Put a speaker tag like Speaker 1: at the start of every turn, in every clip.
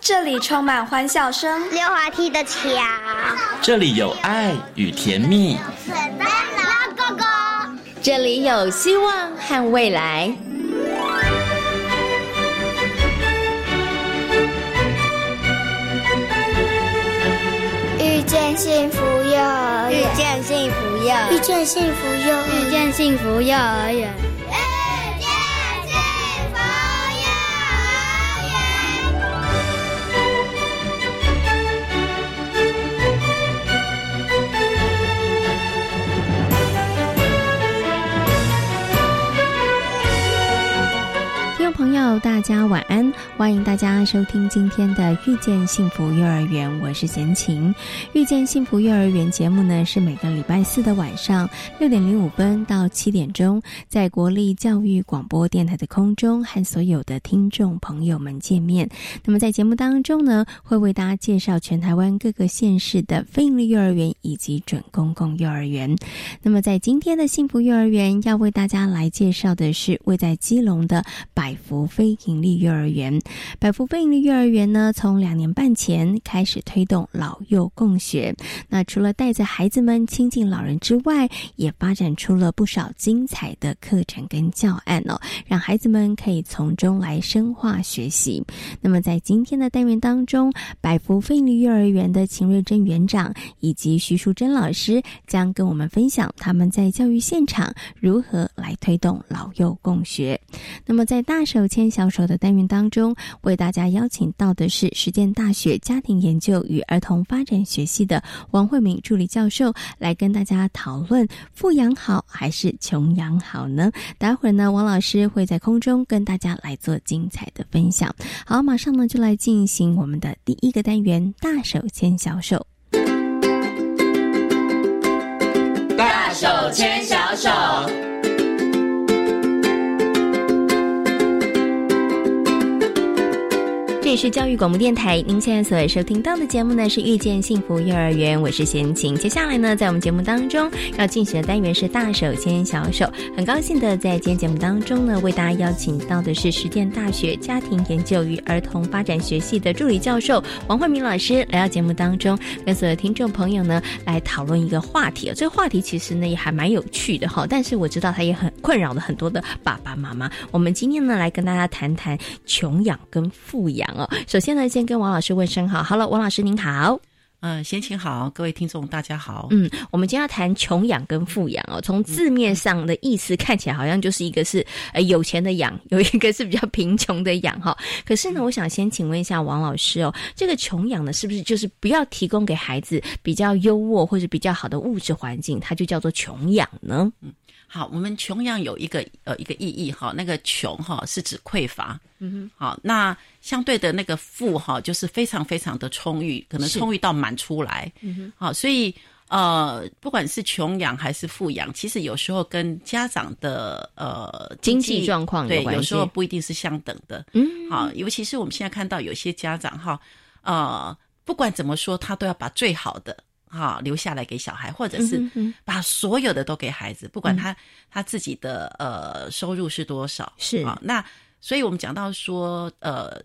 Speaker 1: 这里充满欢笑声，
Speaker 2: 溜滑梯的桥，
Speaker 3: 这里有爱与甜蜜，
Speaker 2: 水灯老哥哥，
Speaker 4: 这里有希望和未来。
Speaker 2: 遇见幸福幼儿
Speaker 5: 遇
Speaker 2: 园，
Speaker 5: 见幸福幼儿
Speaker 2: 遇见幸福幼儿
Speaker 5: 遇见幸福幼儿园。
Speaker 2: 遇见幸福幼儿园。
Speaker 4: 听众朋友，大家晚安！欢迎大家收听今天的《遇见幸福幼儿园》，我是贤琴。《遇见幸福幼儿园》节目呢，是每个礼拜四的晚上六点零五分到七点钟，在国立教育广播电台的空中和所有的听众朋友们见面。那么在节目当中呢，会为大家介绍全台湾各个县市的非营利幼儿园以及准公共幼儿园。那么在今天的幸福幼儿园，要为大家来介绍的是位在基隆的百福非营利幼儿园。百福非营利幼儿园呢，从两年半前开始推动老幼共学。那除了带着孩子们亲近老人之外，也发展出了不少精彩的课程跟教案哦，让孩子们可以从中来深化学习。那么在今天的单元当中，百福非营利幼儿园的秦瑞珍园长以及徐淑珍老师将跟我们分享他们在教育现场如何来推动老幼共学。那么在大手牵小手的单元当中，为大家邀请到的是实践大学家庭研究与儿童发展学系的王慧敏助理教授，来跟大家讨论富养好还是穷养好呢？待会儿呢，王老师会在空中跟大家来做精彩的分享。好，马上呢就来进行我们的第一个单元——大手牵小手。
Speaker 3: 大手牵小手。
Speaker 4: 这里是教育广播电台，您现在所收听到的节目呢是《遇见幸福幼儿园》，我是贤琴。接下来呢，在我们节目当中要进行的单元是“大手牵小手”，很高兴的在今天节目当中呢，为大家邀请到的是实践大学家庭研究与儿童发展学系的助理教授王慧明老师来到节目当中，跟所有听众朋友呢来讨论一个话题。这个话题其实呢也还蛮有趣的哈，但是我知道它也很困扰了很多的爸爸妈妈。我们今天呢来跟大家谈谈穷养跟富养哦。首先呢，先跟王老师问声好，Hello，王老师您好。
Speaker 6: 嗯，先请好，各位听众大家好。
Speaker 4: 嗯，我们今天要谈穷养跟富养哦。从字面上的意思看起来，好像就是一个是呃有钱的养，有一个是比较贫穷的养 哈、可是呢，我想先请问一下王老师哦，这个穷养呢，是不是就是不要提供给孩子比较优渥或者比较好的物质环境，它就叫做穷养呢？
Speaker 6: 好，我们穷养有一个呃一个意义哈，那个穷哈是指匮乏，嗯哼，好，那相对的那个富哈就是非常非常的充裕，可能
Speaker 4: 是
Speaker 6: 充裕到满出来，嗯哼，好，所以呃不管是穷养还是富养，其实有时候跟家长的呃
Speaker 4: 经济状况有
Speaker 6: 对，
Speaker 4: 关
Speaker 6: 有
Speaker 4: 系
Speaker 6: 时候不一定是相等的，
Speaker 4: 嗯，
Speaker 6: 好，尤其是我们现在看到有些家长哈，呃，不管怎么说，他都要把最好的哈留下来给小孩，或者是
Speaker 4: 嗯哼嗯
Speaker 6: 把所有的都给孩子，不管他、他自己的呃收入是多少，
Speaker 4: 是
Speaker 6: 啊。那所以我们讲到说，呃，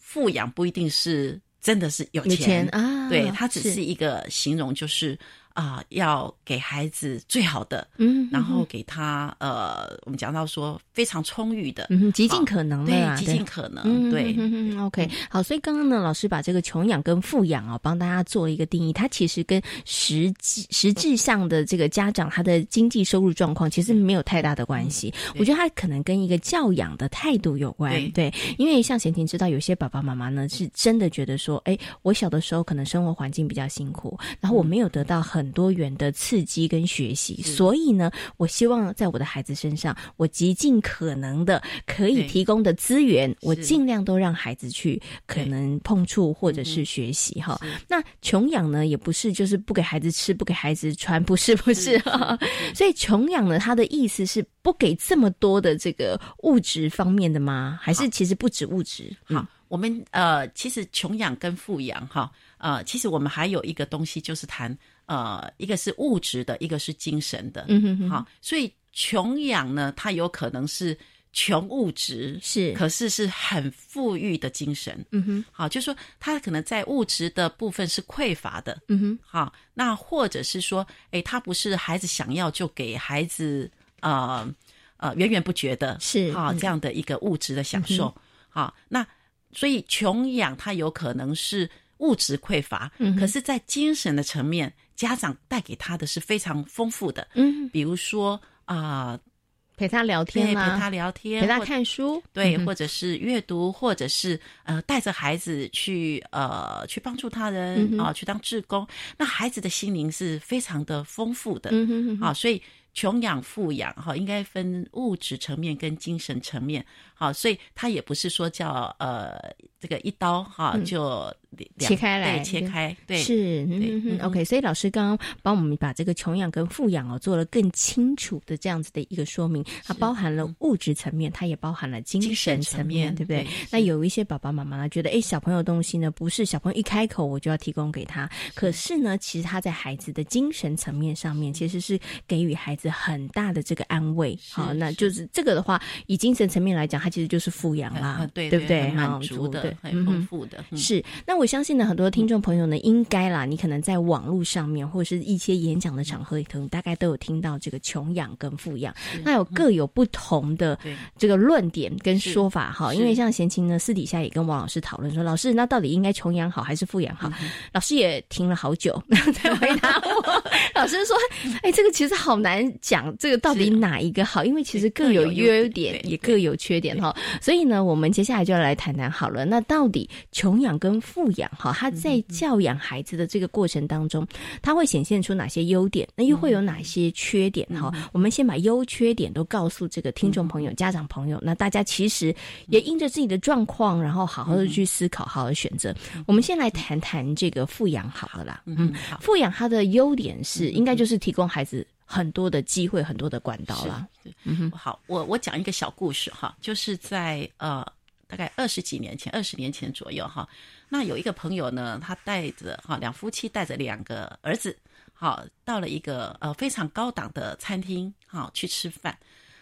Speaker 6: 富养不一定是真的是有
Speaker 4: 有钱啊，
Speaker 6: 对，它只是
Speaker 4: 是
Speaker 6: 一个形容，就是啊、要给孩子最好的，
Speaker 4: 嗯，
Speaker 6: 然后给他呃，我们讲到说非常充裕的，
Speaker 4: 嗯哼，极尽
Speaker 6: 好
Speaker 4: 可能的
Speaker 6: 对，
Speaker 4: 啦，
Speaker 6: 极尽可能，
Speaker 4: 嗯，
Speaker 6: 对，
Speaker 4: 嗯嗯，OK，好，所以刚刚呢，老师把这个穷养跟富养啊、哦，帮大家做了一个定义，它其实跟实际实质上的这个家长他的经济收入状况其实没有太大的关系，
Speaker 6: 嗯对
Speaker 4: 我觉得它可能跟一个教养的态度有关，对，因为像贤婷知道，有些爸爸妈妈呢是真的觉得说，哎，我小的时候可能生活环境比较辛苦，然后我没有得到很多元的刺激跟学习，
Speaker 6: 嗯
Speaker 4: 所以呢，我希望在我的孩子身上，我极尽可能的可以
Speaker 6: 对
Speaker 4: 提供的资源，我
Speaker 6: 是
Speaker 4: 尽量都让孩子去可
Speaker 6: 对
Speaker 4: 能碰触或者是学习哈。那穷养呢，也不是就是不给孩子吃，不给孩子穿，不是不是哈。所以穷养呢，它的意思是不给这么多的这个物质方面的吗？还是其实不止物质？嗯
Speaker 6: 好，我们呃，其实穷养跟富养哈，呃，其实我们还有一个东西就是谈呃，一个是物质的，一个是精神的，
Speaker 4: 嗯嗯，嗯哼哼，
Speaker 6: 好，所以穷养呢，它有可能是穷物质
Speaker 4: 是
Speaker 6: 可是是很富裕的精神。
Speaker 4: 嗯哼，
Speaker 6: 好，就是说他可能在物质的部分是匮乏的。
Speaker 4: 嗯哼，
Speaker 6: 好，那或者是说，诶，他不是孩子想要就给孩子呃呃源源不绝的，
Speaker 4: 是
Speaker 6: 好、
Speaker 4: 嗯
Speaker 6: 这样的一个物质的享受。好、那所以穷养他有可能是物质匮乏，
Speaker 4: 嗯哼
Speaker 6: 可是，在精神的层面，家长带给他的是非常丰富的，
Speaker 4: 嗯，
Speaker 6: 比如说啊、呃
Speaker 4: 陪他聊
Speaker 6: 对，
Speaker 4: 天
Speaker 6: 陪
Speaker 4: 啦，
Speaker 6: 他聊天，
Speaker 4: 陪他
Speaker 6: 或
Speaker 4: 看书，
Speaker 6: 对，
Speaker 4: 嗯哼
Speaker 6: 或者是阅读，或者是呃带着孩子去呃去帮助他人
Speaker 4: 嗯哼
Speaker 6: 啊、去当志工，那孩子的心灵是非常的丰富的。
Speaker 4: 嗯哼嗯哼，
Speaker 6: 啊，所以穷养富养哈，应该分物质层面跟精神层面。好，所以他也不是说叫呃这个一刀哈
Speaker 4: 嗯
Speaker 6: 就两
Speaker 4: 切开来
Speaker 6: 对，切
Speaker 4: 对
Speaker 6: 开对
Speaker 4: 是，嗯
Speaker 6: 对
Speaker 4: 哼哼
Speaker 6: 嗯哼
Speaker 4: OK，所以老师刚刚帮我们把这个穷养跟富养哦做了更清楚的这样子的一个说明，它
Speaker 6: 是嗯
Speaker 4: 包含了物质层面，它也包含了精
Speaker 6: 精
Speaker 4: 神
Speaker 6: 神
Speaker 4: 层
Speaker 6: 层
Speaker 4: 面，
Speaker 6: 面
Speaker 4: 对不对
Speaker 6: 对？
Speaker 4: 那
Speaker 6: 是
Speaker 4: 有一些爸爸妈妈呢，觉得哎，诶小朋友东西呢，不是小朋友一开口我就要提供给他，可是呢，其实他在孩子的精神层面上面，其实是给予孩子很大的这个安慰。好，那就是这个的话，以精神层面来讲，它其实就是富养
Speaker 6: 很
Speaker 4: 啦
Speaker 6: 很，嗯对
Speaker 4: 对不对？
Speaker 6: 很满
Speaker 4: 好
Speaker 6: 足
Speaker 4: 对
Speaker 6: 的，很
Speaker 4: 嗯哼
Speaker 6: 丰富的，嗯
Speaker 4: 是，那我相信呢，很多听众朋友呢，应该啦，你可能在网络上面或者是一些演讲的场合里头，你大概都有听到这个穷养跟富养，那有各有不同的
Speaker 6: 对
Speaker 4: 这个论点跟
Speaker 6: 是
Speaker 4: 说法哈。
Speaker 6: 是
Speaker 4: 因为像贤琴呢，私底下也跟王老师讨论说，老师，那到底应该穷养好还是富养
Speaker 6: 嗯
Speaker 4: 好？老师也停了好久 才回答我。老师说，哎，这个其实好难讲，这个到底
Speaker 6: 是
Speaker 4: 哪一个好？因为其实
Speaker 6: 对
Speaker 4: 各
Speaker 6: 各
Speaker 4: 有
Speaker 6: 有优
Speaker 4: 优
Speaker 6: 点
Speaker 4: 点，
Speaker 6: 对
Speaker 4: 也各有缺点哈。所以呢，我们接下来就要来谈谈好了。那到底穷养跟富养哈，它
Speaker 6: 嗯
Speaker 4: 在教养孩子的这个过程当中，它会显现出哪些优点？那又会有
Speaker 6: 嗯
Speaker 4: 哪些缺点哈？我们先把优缺点都告诉这个听众
Speaker 6: 嗯
Speaker 4: 朋友、家长朋友。那大家其实也因着自己的状况，然后好好的去思考，好好的选择。我们先来谈谈这个富养好了啦。嗯
Speaker 6: 嗯，好。
Speaker 4: 富养它的优点是，
Speaker 6: 嗯
Speaker 4: 应该就是提供孩子很多的机会，很多的管道
Speaker 6: 是
Speaker 4: 啦。
Speaker 6: 对，好，我我讲一个小故事哈，就是在呃大概二十几年前，二十年前左右哈，那有一个朋友呢，他带着哈两夫妻带着两个儿子，好到了一个呃非常高档的餐厅哈去吃饭，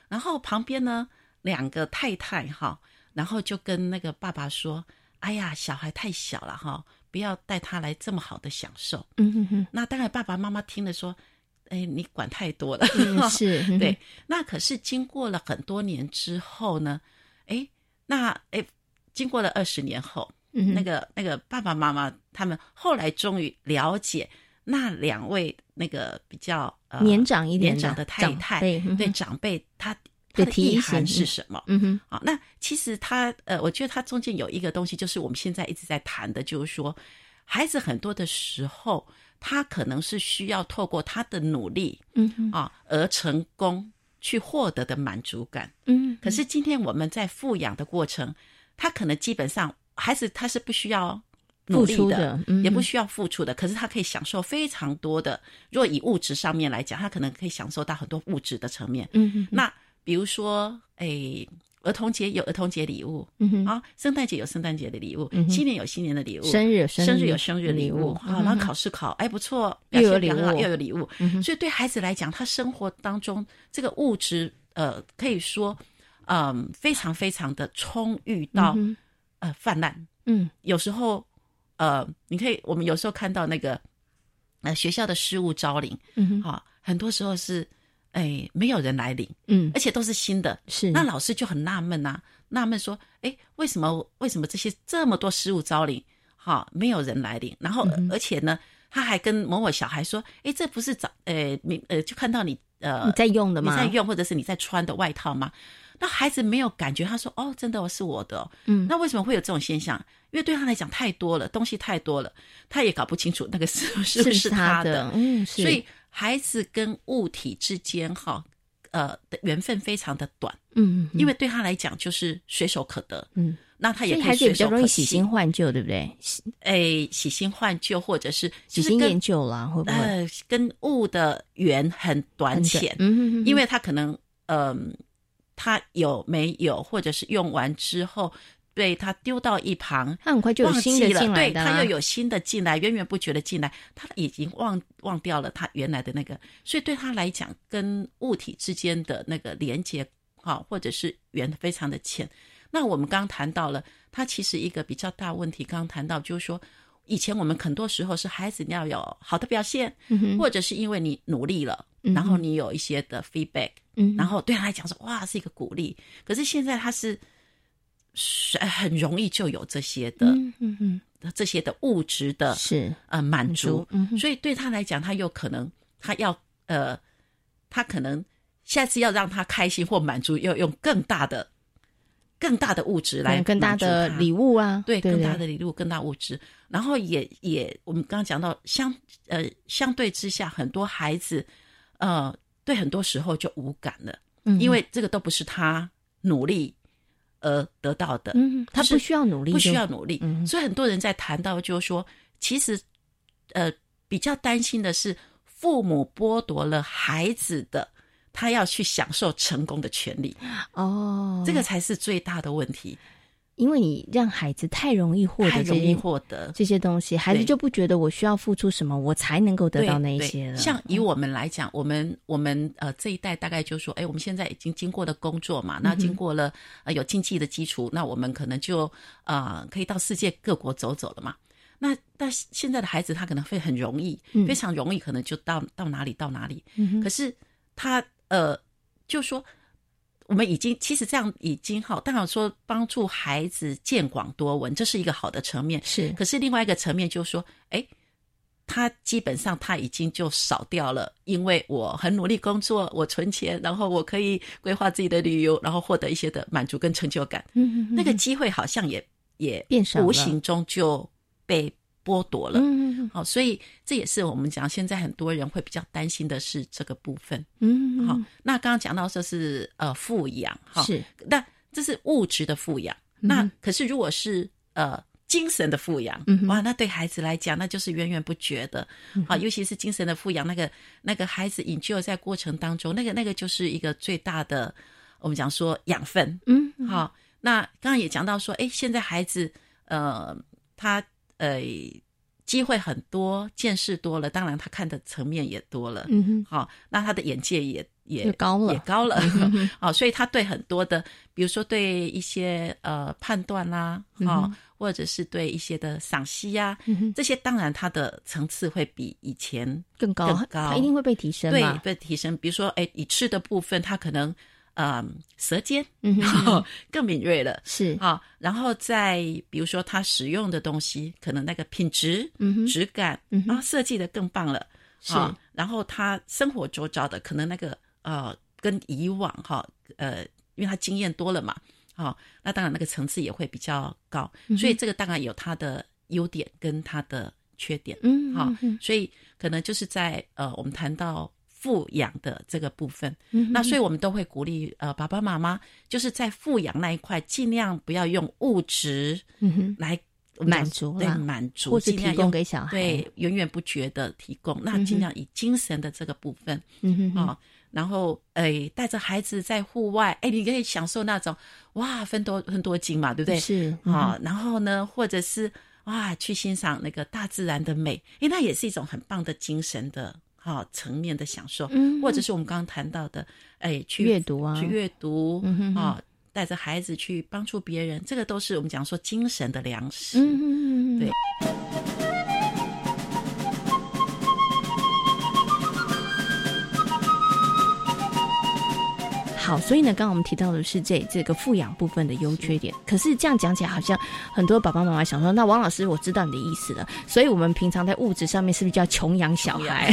Speaker 6: 然后旁边呢两个太太哈，然后就跟那个爸爸说：“哎呀，小孩太小了哈，不要带他来这么好的享受。”
Speaker 4: 嗯哼哼，
Speaker 6: 那当然，爸爸妈妈听了说：“哎，你管太多了。
Speaker 4: 嗯是，嗯哼
Speaker 6: 对，，那可是经过了很多年之后呢，诶，那诶，经过了二十年后，
Speaker 4: 嗯哼
Speaker 6: 那个那个爸爸妈妈他们后来终于了解那两位那个比较、呃、
Speaker 4: 年长一点
Speaker 6: 年长
Speaker 4: 的
Speaker 6: 的太
Speaker 4: 长
Speaker 6: 太，
Speaker 4: 辈嗯哼
Speaker 6: 长辈他
Speaker 4: 的
Speaker 6: 他的
Speaker 4: 提
Speaker 6: 意
Speaker 4: 醒
Speaker 6: 涵
Speaker 4: 嗯
Speaker 6: 是什么？
Speaker 4: 嗯哼，
Speaker 6: 啊，那其实他呃，我觉得他中间有一个东西，就是我们现在一直在谈的，就是说，孩子很多的时候，他可能是需要透过他的努力，
Speaker 4: 嗯哼，
Speaker 6: 啊而成功去获得的满足感。
Speaker 4: 嗯，
Speaker 6: 可是今天我们在富养的过程，他可能基本上孩子他是不需要努力
Speaker 4: 付出
Speaker 6: 的，
Speaker 4: 的嗯
Speaker 6: 也不需要付出的，可是他可以享受非常多的。若以物质上面来讲，他可能可以享受到很多物质的层面。
Speaker 4: 嗯哼，
Speaker 6: 那比如说，诶，儿童节有儿童节礼物，
Speaker 4: 嗯哼，
Speaker 6: 啊，圣诞节有圣诞节的礼物，
Speaker 4: 嗯哼
Speaker 6: 新年有新年的礼物，
Speaker 4: 生日有
Speaker 6: 生日有生日礼物，好，
Speaker 4: 嗯
Speaker 6: 然后考试考，哎，不错，
Speaker 4: 又
Speaker 6: 表
Speaker 4: 有
Speaker 6: 现
Speaker 4: 礼
Speaker 6: 良好
Speaker 4: 物
Speaker 6: 又有礼物
Speaker 4: 嗯哼，
Speaker 6: 所以对孩子来讲，他生活当中这个物质，呃，可以说，嗯，非常非常的充裕到
Speaker 4: 嗯哼
Speaker 6: 呃泛滥，
Speaker 4: 嗯
Speaker 6: 有时候，呃，你可以，我们有时候看到那个，呃，学校的失物招领，
Speaker 4: 嗯哼，
Speaker 6: 啊，很多时候是，哎，没有人来领，
Speaker 4: 嗯
Speaker 6: 而且都是新的，
Speaker 4: 是，
Speaker 6: 那老师就很纳闷呐、纳闷说：“哎，为什么为什么这些这么多失物招领，哈，没有人来领？然后、
Speaker 4: 嗯
Speaker 6: 而且呢，他还跟某某小孩说：‘哎，这不是早呃你呃就看到你呃
Speaker 4: 你在用的
Speaker 6: 你
Speaker 4: 吗？
Speaker 6: 在用或者是你在穿的外套吗？’那孩子没有感觉，他说：‘哦，真的哦是我的哦、
Speaker 4: 嗯
Speaker 6: 那为什么会有这种现象？因为对他来讲太多了，东西太多了，他也搞不清楚那个是 是不
Speaker 4: 是
Speaker 6: 是他
Speaker 4: 的，嗯，是，
Speaker 6: 所以孩子跟物体之间哈，呃的缘分非常的短。
Speaker 4: 嗯，嗯，
Speaker 6: 因为对他来讲就是随手可得，
Speaker 4: 嗯，
Speaker 6: 那
Speaker 4: 所
Speaker 6: 他也
Speaker 4: 以
Speaker 6: 可
Speaker 4: 孩
Speaker 6: 以
Speaker 4: 子也
Speaker 6: 随
Speaker 4: 比较
Speaker 6: 手
Speaker 4: 容
Speaker 6: 可
Speaker 4: 易喜新换旧，对不对？喜
Speaker 6: 哎，喜新换旧，或者是
Speaker 4: 喜
Speaker 6: 就是
Speaker 4: 新
Speaker 6: 跟
Speaker 4: 厌旧啦，会不会？
Speaker 6: 呃跟物的缘很短浅，
Speaker 4: 嗯，
Speaker 6: 因
Speaker 4: 为
Speaker 6: 为他可能嗯、他有没有，或者是用完之后被他丢到一旁。
Speaker 4: 他很快就有
Speaker 6: 忘
Speaker 4: 新
Speaker 6: 记
Speaker 4: 的
Speaker 6: 了
Speaker 4: 进，来
Speaker 6: 对
Speaker 4: 的啊
Speaker 6: 他
Speaker 4: 啦
Speaker 6: 又，有新的进来，源源不绝的进来，他已经忘忘掉了他原来的那个，所以对他来讲，跟物体之间的那个连接好，或者是缘非常的浅。那我们刚谈到了，它其实一个比较大问题，刚谈到就是说，以前我们很多时候是孩子你要有好的表现，
Speaker 4: 嗯哼
Speaker 6: 或者是因为你努力了，然后你有一些的 feedback，、
Speaker 4: 嗯
Speaker 6: 然后对他来讲说哇是一个鼓励，可是现在他是是很容易就有这些的、
Speaker 4: 嗯嗯嗯，
Speaker 6: 这些的物质的
Speaker 4: 是
Speaker 6: 呃满
Speaker 4: 足
Speaker 6: 足，
Speaker 4: 嗯哼
Speaker 6: 所以对他来讲，他有可能他要呃，他可能下次要让他开心或满足，要用更大的、更大的物质
Speaker 4: 可
Speaker 6: 来
Speaker 4: 能更大的礼物
Speaker 6: 物，
Speaker 4: 啊，
Speaker 6: 对，
Speaker 4: 对
Speaker 6: 更大的礼物、更大物质，然后也也我们刚刚讲到相呃相对之下，很多孩子呃对很多时候就无感了，
Speaker 4: 嗯
Speaker 6: 因为这个都不是他努力而得到的，
Speaker 4: 嗯，他
Speaker 6: 就是
Speaker 4: 不需要努力就，
Speaker 6: 不需要努力。
Speaker 4: 嗯哼
Speaker 6: 所以很多人在谈到，就是说，其实，呃，比较担心的是父母剥夺了孩子的他要去享受成功的权利，
Speaker 4: 哦，
Speaker 6: 这个才是最大的问题，
Speaker 4: 因为你让孩子太容易获
Speaker 6: 太
Speaker 4: 得这
Speaker 6: 容易
Speaker 4: 些
Speaker 6: 获得。
Speaker 4: 这些东西，孩子
Speaker 6: 对
Speaker 4: 就不觉得我需要付出什么，我才能够得
Speaker 6: 对
Speaker 4: 到那一
Speaker 6: 对
Speaker 4: 些了。嗯
Speaker 6: 像以我们来讲，我们我们呃这一代大概就说，哎，我们现在已经经过了工作嘛，那
Speaker 4: 嗯
Speaker 6: 经过了呃有经济的基础，那我们可能就呃可以到世界各国走走了嘛。那那现在的孩子他可能会很容易，
Speaker 4: 嗯
Speaker 6: 非常容易，可能就到到哪里到哪里。
Speaker 4: 嗯哼
Speaker 6: 可是他呃，就说我们已经其实这样已经好，当然说帮助孩子见广多闻，这是一个好的层面。
Speaker 4: 是
Speaker 6: 可是另外一个层面就是说，哎，他基本上他已经就少掉了，因为我很努力工作，我存钱，然后我可以规划自己的旅游，然后获得一些的满足跟成就感。
Speaker 4: 嗯
Speaker 6: 那个机会好像也也
Speaker 4: 变少了
Speaker 6: 无形中就被剥夺了。
Speaker 4: 嗯嗯
Speaker 6: 好、所以这也是我们讲现在很多人会比较担心的是这个部分。
Speaker 4: 嗯
Speaker 6: 好、
Speaker 4: 嗯
Speaker 6: 那刚刚讲到说是呃富养，哈、
Speaker 4: 是
Speaker 6: 那这是物质的富养。
Speaker 4: 嗯
Speaker 6: 那可是如果是呃精神的富养，
Speaker 4: 嗯哼嗯
Speaker 6: 哇，那对孩子来讲，那就是源源不绝的。好、尤其是精神的富养，那个那个孩子 enjoy 在过程当中，那个那个就是一个最大的，我们讲说养分。
Speaker 4: 嗯嗯
Speaker 6: 好、那刚刚也讲到说，哎，现在孩子，呃，他呃机会很多，见识多了，当然他看的层面也多了，
Speaker 4: 嗯哼
Speaker 6: 好、那他的眼界也也
Speaker 4: 就高了嗯
Speaker 6: 也高了，好、所以他对很多的，比如说对一些呃判断啦、啊，好、或者是对一些的赏析呀、
Speaker 4: 嗯哼
Speaker 6: 这些当然他的层次会比以前
Speaker 4: 更高，
Speaker 6: 更
Speaker 4: 它它
Speaker 6: 高
Speaker 4: 一定会被提升
Speaker 6: 对
Speaker 4: 嘛。
Speaker 6: 被提升。比如说，哎，以吃的部分，他可能呃舌尖
Speaker 4: 嗯 哼，
Speaker 6: 更敏锐了。
Speaker 4: 是
Speaker 6: 啊、然后再比如说他使用的东西，可能那个品质、
Speaker 4: 嗯哼
Speaker 6: 质感，
Speaker 4: 嗯哼
Speaker 6: 然后设计的更棒了
Speaker 4: 是
Speaker 6: 啊、然后他生活周遭的，可能那个呃，跟以往哈、呃，因为他经验多了嘛，好、那当然那个层次也会比较高，
Speaker 4: 嗯
Speaker 6: 所以这个当然有它的优点跟它的缺点，
Speaker 4: 嗯
Speaker 6: 好、
Speaker 4: 嗯嗯
Speaker 6: 所以可能就是在呃，我们谈到富养的这个部分，
Speaker 4: 嗯哼
Speaker 6: 那所以我们都会鼓励呃爸爸妈妈，就是在富养那一块，尽量不要用物质
Speaker 4: 嗯哼
Speaker 6: 来我们讲
Speaker 4: 满足啦
Speaker 6: 对满足，
Speaker 4: 或是
Speaker 6: 尽量
Speaker 4: 提供
Speaker 6: 用
Speaker 4: 给小孩
Speaker 6: 对源源不绝的提供，那
Speaker 4: 嗯哼
Speaker 6: 尽量以精神的这个部分
Speaker 4: 嗯哼
Speaker 6: 啊、
Speaker 4: 哼，
Speaker 6: 然后诶、带着孩子在户外，诶、你可以享受那种哇分多很多金嘛，对不对？
Speaker 4: 是嗯
Speaker 6: 啊、然后呢，或者是哇，去欣赏那个大自然的美，诶，那也是一种很棒的精神的哈、层面的享受，
Speaker 4: 嗯
Speaker 6: 或者是我们刚刚谈到的，诶，去
Speaker 4: 阅读啊
Speaker 6: 去阅读，
Speaker 4: 嗯哼哼
Speaker 6: 啊、带着孩子去帮助别人，这个都是我们讲说精神的粮食，
Speaker 4: 嗯嗯嗯嗯
Speaker 6: 对
Speaker 4: 好，所以呢，刚刚我们提到的是这这个富养部分的优缺点。可是这样讲起来，好像很多爸爸妈妈想说，那王老师，我知道你的意思了。所以我们平常在物质上面是不是叫穷养小孩？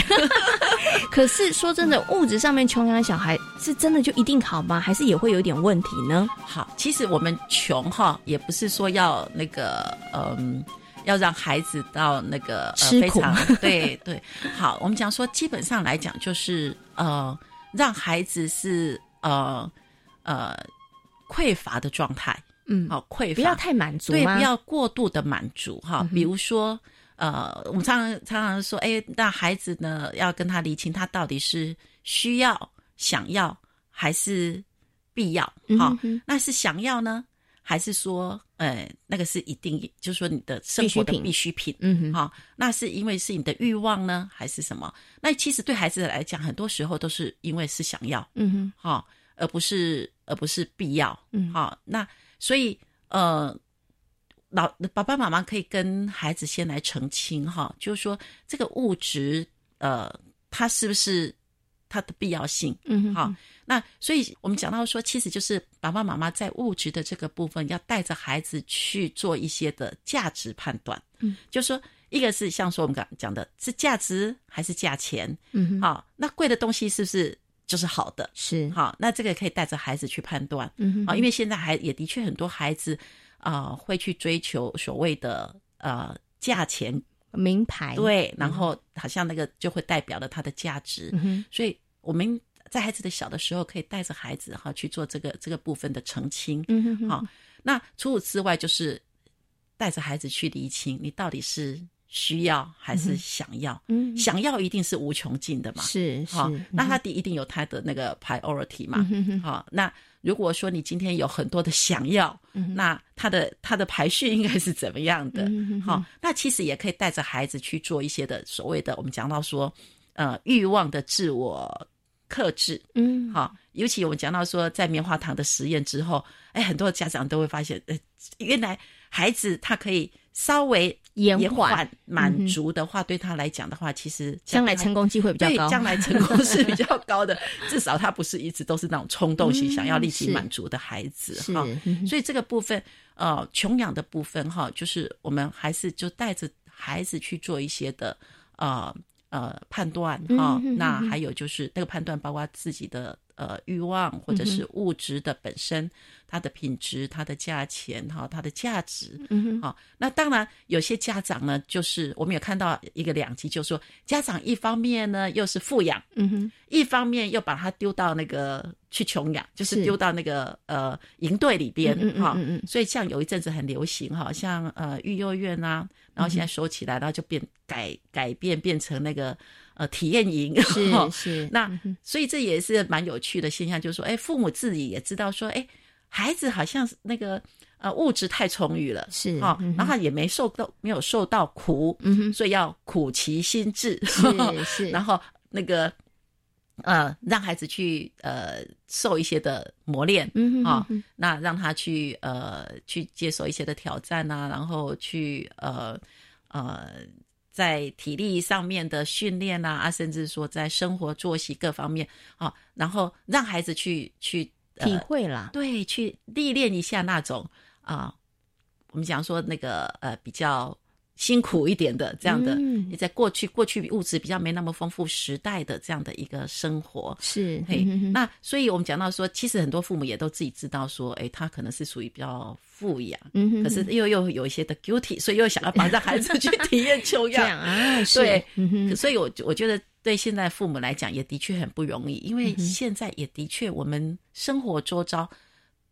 Speaker 4: 可是说真的，物质上面穷养小孩是真的就一定好吗？还是也会有点问题呢？
Speaker 6: 好，其实我们穷哈，也不是说要那个嗯。要让孩子到那个、呃、
Speaker 4: 吃
Speaker 6: 非
Speaker 4: 苦
Speaker 6: 常 对对，好，我们讲说基本上来讲就是呃，让孩子是呃呃匮乏的状态，
Speaker 4: 嗯，
Speaker 6: 好、匮乏，
Speaker 4: 不要太满足
Speaker 6: 啊对，
Speaker 4: 吗嗯
Speaker 6: 不要过度的满足哈。比如说，呃，我们常常常常说，哎，那孩子呢，要跟他厘清他到底是需要、想要还是必要哈、
Speaker 4: 嗯哼
Speaker 6: 那是想要呢，还是说，呃，那个是一定，就是说你的生活的
Speaker 4: 必
Speaker 6: 必需品？
Speaker 4: 嗯哼
Speaker 6: 好、那是因为是你的欲望呢，还是什么？那其实对孩子来讲，很多时候都是因为是想要
Speaker 4: 嗯哼，
Speaker 6: 哈、而不是而不是必要。
Speaker 4: 嗯
Speaker 6: 好、那所以呃，老爸爸妈妈可以跟孩子先来澄清哈、就是说这个物质呃，它是不是它的必要性？
Speaker 4: 嗯哼，
Speaker 6: 好，那所以我们讲到说，其实就是爸爸妈妈在物质的这个部分，要带着孩子去做一些的价值判断。
Speaker 4: 嗯，
Speaker 6: 就说一个是像说我们刚讲的是价值还是价钱，
Speaker 4: 嗯哼，，
Speaker 6: 好、那贵的东西是不是就是好的？
Speaker 4: 是，
Speaker 6: 好，那这个可以带着孩子去判断
Speaker 4: 嗯哼，
Speaker 6: 啊，因为现在还也的确很多孩子啊、会去追求所谓的呃价钱，
Speaker 4: 名牌，，
Speaker 6: 对，然后好像那个就会代表了它的价值，
Speaker 4: 嗯哼，
Speaker 6: 所以我们在孩子的小的时候，可以带着孩子哈去做这个这个部分的澄清。
Speaker 4: 嗯哼哼，
Speaker 6: 好、那除此之外，就是带着孩子去厘清，你到底是需要还
Speaker 4: 嗯
Speaker 6: 是
Speaker 4: 哼
Speaker 6: 想要？
Speaker 4: 嗯哼
Speaker 6: 想要一定是无穷尽的嘛，
Speaker 4: 是是
Speaker 6: 好，，那
Speaker 4: 嗯
Speaker 6: 他一定有他的那个 priority 嘛
Speaker 4: 嗯。哼哼
Speaker 6: 好，那如果说你今天有很多的想要，
Speaker 4: 嗯哼
Speaker 6: 那他的他的排序应该是怎么样的？
Speaker 4: 嗯哼哼
Speaker 6: 好，那其实也可以带着孩子去做一些的所谓的我们讲到说，呃，欲望的自我克制。
Speaker 4: 嗯，
Speaker 6: 好，尤其我们讲到说，在棉花糖的实验之后，哎，很多家长都会发现，呃，原来孩子他可以稍微
Speaker 4: 延缓嗯
Speaker 6: 缓满足的话，对他来讲的话，其实
Speaker 4: 将来成功机会比较
Speaker 6: 对
Speaker 4: 高，
Speaker 6: 将来成功是比较高的，至少他不是一直都是那种冲动型、
Speaker 4: 嗯
Speaker 6: 想要立即
Speaker 4: 是
Speaker 6: 满足的孩子
Speaker 4: 是
Speaker 6: 哈。
Speaker 4: 嗯哼
Speaker 6: 所以这个部分，呃，穷养的部分哈，就是我们还是就带着孩子去做一些的呃呃判断哈
Speaker 4: 嗯。哼嗯
Speaker 6: 那
Speaker 4: 哼
Speaker 6: 还有就是那个判断，包括自己的呃欲望或者是物质的本身，它的品质、它的价钱哈、它的价值。
Speaker 4: 嗯哼，
Speaker 6: 好、那当然有些家长呢，就是我们有看到一个两极，就是说家长一方面呢又是富养，
Speaker 4: 嗯哼，
Speaker 6: 一方面又把他丢到那个去穷养，就是
Speaker 4: 是
Speaker 6: 丢到那个呃营队里边
Speaker 4: 嗯嗯嗯
Speaker 6: 哈、
Speaker 4: 嗯 嗯
Speaker 6: 所以像有一阵子很流行哈，像呃育幼院啊，然后现在收起来，然后就变改改变变成那个呃体验营， 哈
Speaker 4: 是是，
Speaker 6: 那
Speaker 4: 嗯哼
Speaker 6: 所以这也是蛮有趣的现象，就是说，哎，父母自己也知道说，哎，孩子好像是那个呃物质太充裕了，
Speaker 4: 是
Speaker 6: 哦
Speaker 4: 嗯哼，
Speaker 6: 然后也没受到没有受到苦，
Speaker 4: 嗯 哼
Speaker 6: 所以要苦其心志，
Speaker 4: 是是，
Speaker 6: 然后那个呃让孩子去呃受一些的磨练，
Speaker 4: 嗯哼
Speaker 6: 啊
Speaker 4: 嗯哼
Speaker 6: 那让他去呃去接受一些的挑战啊，然后去呃呃在体力上面的训练啊，啊，甚至说在生活作息各方面啊，然后让孩子去去、呃、
Speaker 4: 体会啦，
Speaker 6: 对去历练一下那种啊、我们讲说那个呃比较辛苦一点的这样的，
Speaker 4: 嗯
Speaker 6: 也在过去过去物质比较没那么丰富时代的这样的一个生活，
Speaker 4: 是，
Speaker 6: 嘿
Speaker 4: 嗯哼哼，
Speaker 6: 那所以我们讲到说，其实很多父母也都自己知道说，哎，他可能是属于比较富养，
Speaker 4: 嗯哼，
Speaker 6: 可是又又有一些的 guilty，所以又想要帮让孩子去 体验穷
Speaker 4: 这样
Speaker 6: 养。
Speaker 4: 啊，是
Speaker 6: 对，
Speaker 4: 嗯哼，
Speaker 6: 所以我我觉得对现在父母来讲也的确很不容易，因为
Speaker 4: 嗯
Speaker 6: 现在也的确我们生活周遭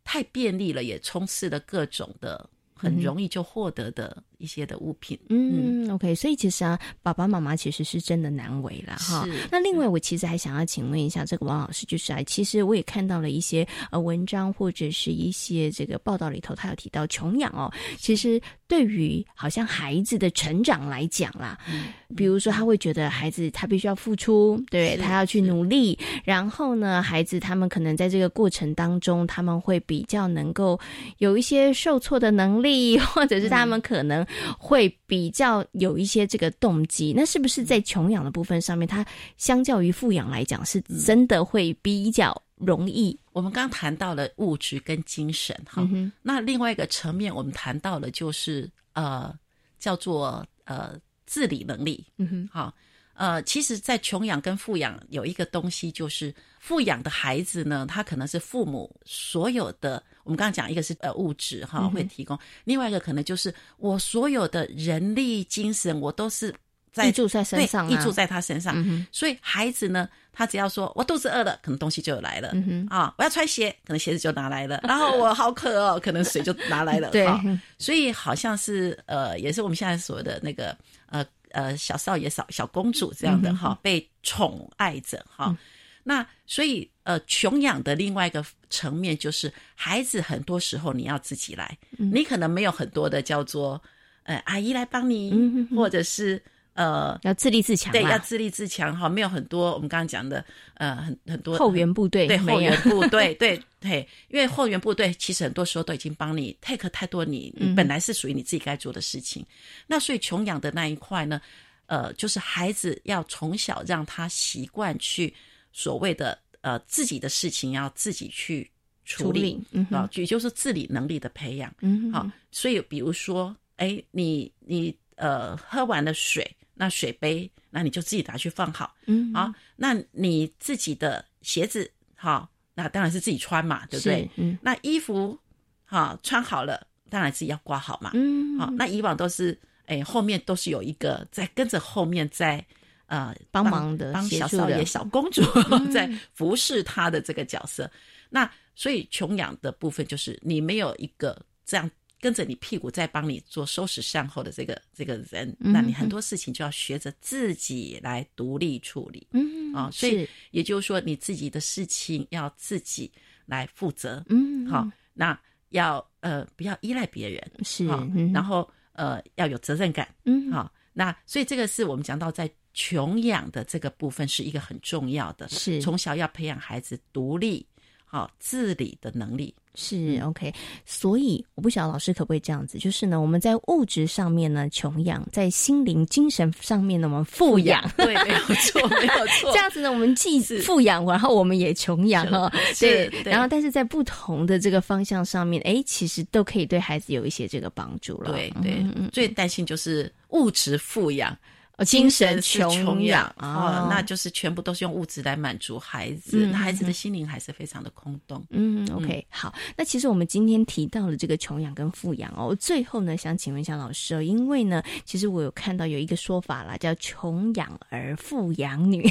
Speaker 6: 太便利了，也充斥了各种的很容易就获得的一些的物品。
Speaker 4: 嗯，OK，所以其实啊，爸爸妈妈其实是真的难为了哈
Speaker 6: 是。
Speaker 4: 那另外，我其实还想要请问一下这个王老师，就是啊，其实我也看到了一些呃文章或者是一些这个报道里头，他有提到穷养哦，其实对于好像孩子的成长来讲啦，
Speaker 6: 嗯
Speaker 4: 比如说他会觉得孩子他必须要付出，对
Speaker 6: 是
Speaker 4: 他要去
Speaker 6: 是
Speaker 4: 努力，然后呢，孩子他们可能在这个过程当中，他们会比较能够有一些受挫的能力， 或者是他们可能会比较有一些这个动机。那是不是在穷养的部分上面，它相较于富养来讲，是
Speaker 6: 嗯
Speaker 4: 真的会比较容易？
Speaker 6: 我们刚谈到了物质跟精神，哈、
Speaker 4: 嗯哼，
Speaker 6: 那另外一个层面，我们谈到了就是呃，叫做呃自理能力。
Speaker 4: 嗯哼，
Speaker 6: 好、呃，其实，在穷养跟富养有一个东西，就是富养的孩子呢，他可能是父母所有的，我们刚刚讲一个是呃物质哈、
Speaker 4: 嗯哼
Speaker 6: 会提供，另外一个可能就是我所有的人力、精神，我都是在
Speaker 4: 依注在身上啊
Speaker 6: 对依注在他身上。
Speaker 4: 嗯哼，
Speaker 6: 所以孩子呢，他只要说我肚子饿了，可能东西就有来了。
Speaker 4: 嗯哼，
Speaker 6: 啊，我要穿鞋，可能鞋子就拿来 了，然后我好渴哦，可能水就拿来了。
Speaker 4: 对
Speaker 6: 好所以好像是呃，也是我们现在所谓的那个呃呃小少爷、小小公主这样
Speaker 4: 嗯
Speaker 6: 的哈、被宠爱着哈。那所以呃，穷养的另外一个层面就是，孩子很多时候你要自己
Speaker 4: 嗯
Speaker 6: 来，你可能没有很多的叫做呃阿姨来帮你，
Speaker 4: 嗯哼哼
Speaker 6: 或者是呃，
Speaker 4: 要自立自强
Speaker 6: 对，
Speaker 4: 嘛
Speaker 6: 要自立自强哈，没有很多我们刚刚讲的呃，很很多
Speaker 4: 后援部队
Speaker 6: 对
Speaker 4: 没有
Speaker 6: 后援部队，对对，因为后援部队其实很多时候都已经帮你 take 太多你
Speaker 4: 嗯
Speaker 6: 你本来是属于你自己该做的事情，那所以穷养的那一块呢，呃，就是孩子要从小让他习惯去所谓的呃自己的事情要自己去处
Speaker 4: 处
Speaker 6: 理，
Speaker 4: 理嗯哼
Speaker 6: 啊，也就是自理能力的培养。
Speaker 4: 嗯
Speaker 6: 好、
Speaker 4: 哼，
Speaker 6: 所以比如说，哎，你你呃喝完了水，那水杯，那你就自己拿去放好
Speaker 4: 嗯
Speaker 6: 啊、那你自己的鞋子，好、那当然是自己穿嘛，对不对
Speaker 4: 是？嗯
Speaker 6: 那衣服，好、穿好了，当然自己要挂好嘛。
Speaker 4: 嗯，
Speaker 6: 啊好、那以往都是，哎，后面都是有一个在跟着后面在。呃，
Speaker 4: 帮忙的
Speaker 6: 帮
Speaker 4: 协
Speaker 6: 小
Speaker 4: 助
Speaker 6: 少
Speaker 4: 的嗯
Speaker 6: 爷、小公主 在服侍她的这个角色。那所以穷养的部分就是你没有一个这样跟着你屁股在帮你做收拾善后的这个这个人，
Speaker 4: 嗯
Speaker 6: 那你很多事情就要学着自己来独立处理
Speaker 4: 嗯
Speaker 6: 啊、所以
Speaker 4: 是
Speaker 6: 也就是说，你自己的事情要自己来负责。
Speaker 4: 嗯
Speaker 6: 好、那要呃不要依赖别人，
Speaker 4: 是
Speaker 6: 好，
Speaker 4: 嗯
Speaker 6: 然后呃要有责任感。
Speaker 4: 嗯
Speaker 6: 好、那所以这个是我们讲到在穷养的这个部分是一个很重要的，
Speaker 4: 是
Speaker 6: 从小要培养孩子独立、好、自理的能力。
Speaker 4: 是
Speaker 6: 嗯
Speaker 4: OK，所以我不晓得老师可不可以这样子，就是呢，我们在物质上面呢穷养，在心灵、精神上面呢我们富养，
Speaker 6: 对，没有 错，没有错。
Speaker 4: 这样子呢，我们既富养，然后我们也穷养哦，对
Speaker 6: 是，对
Speaker 4: 然后但是在不同的这个方向上面，哎，其实都可以对孩子有一些这个帮助了。
Speaker 6: 对
Speaker 4: 嗯
Speaker 6: 对，最担心就是物质富养，
Speaker 4: 哦精神
Speaker 6: 是穷
Speaker 4: 养
Speaker 6: 哦
Speaker 4: 哦，
Speaker 6: 那就是全部都是用物质来满足孩子，
Speaker 4: 嗯
Speaker 6: 那孩子的心灵还是非常的空洞。
Speaker 4: 嗯，OK，好。那其实我们今天提到了这个穷养跟富养哦，最后呢，想请问一下老师哦，因为呢，其实我有看到有一个说法啦，叫“穷养儿，富养女”，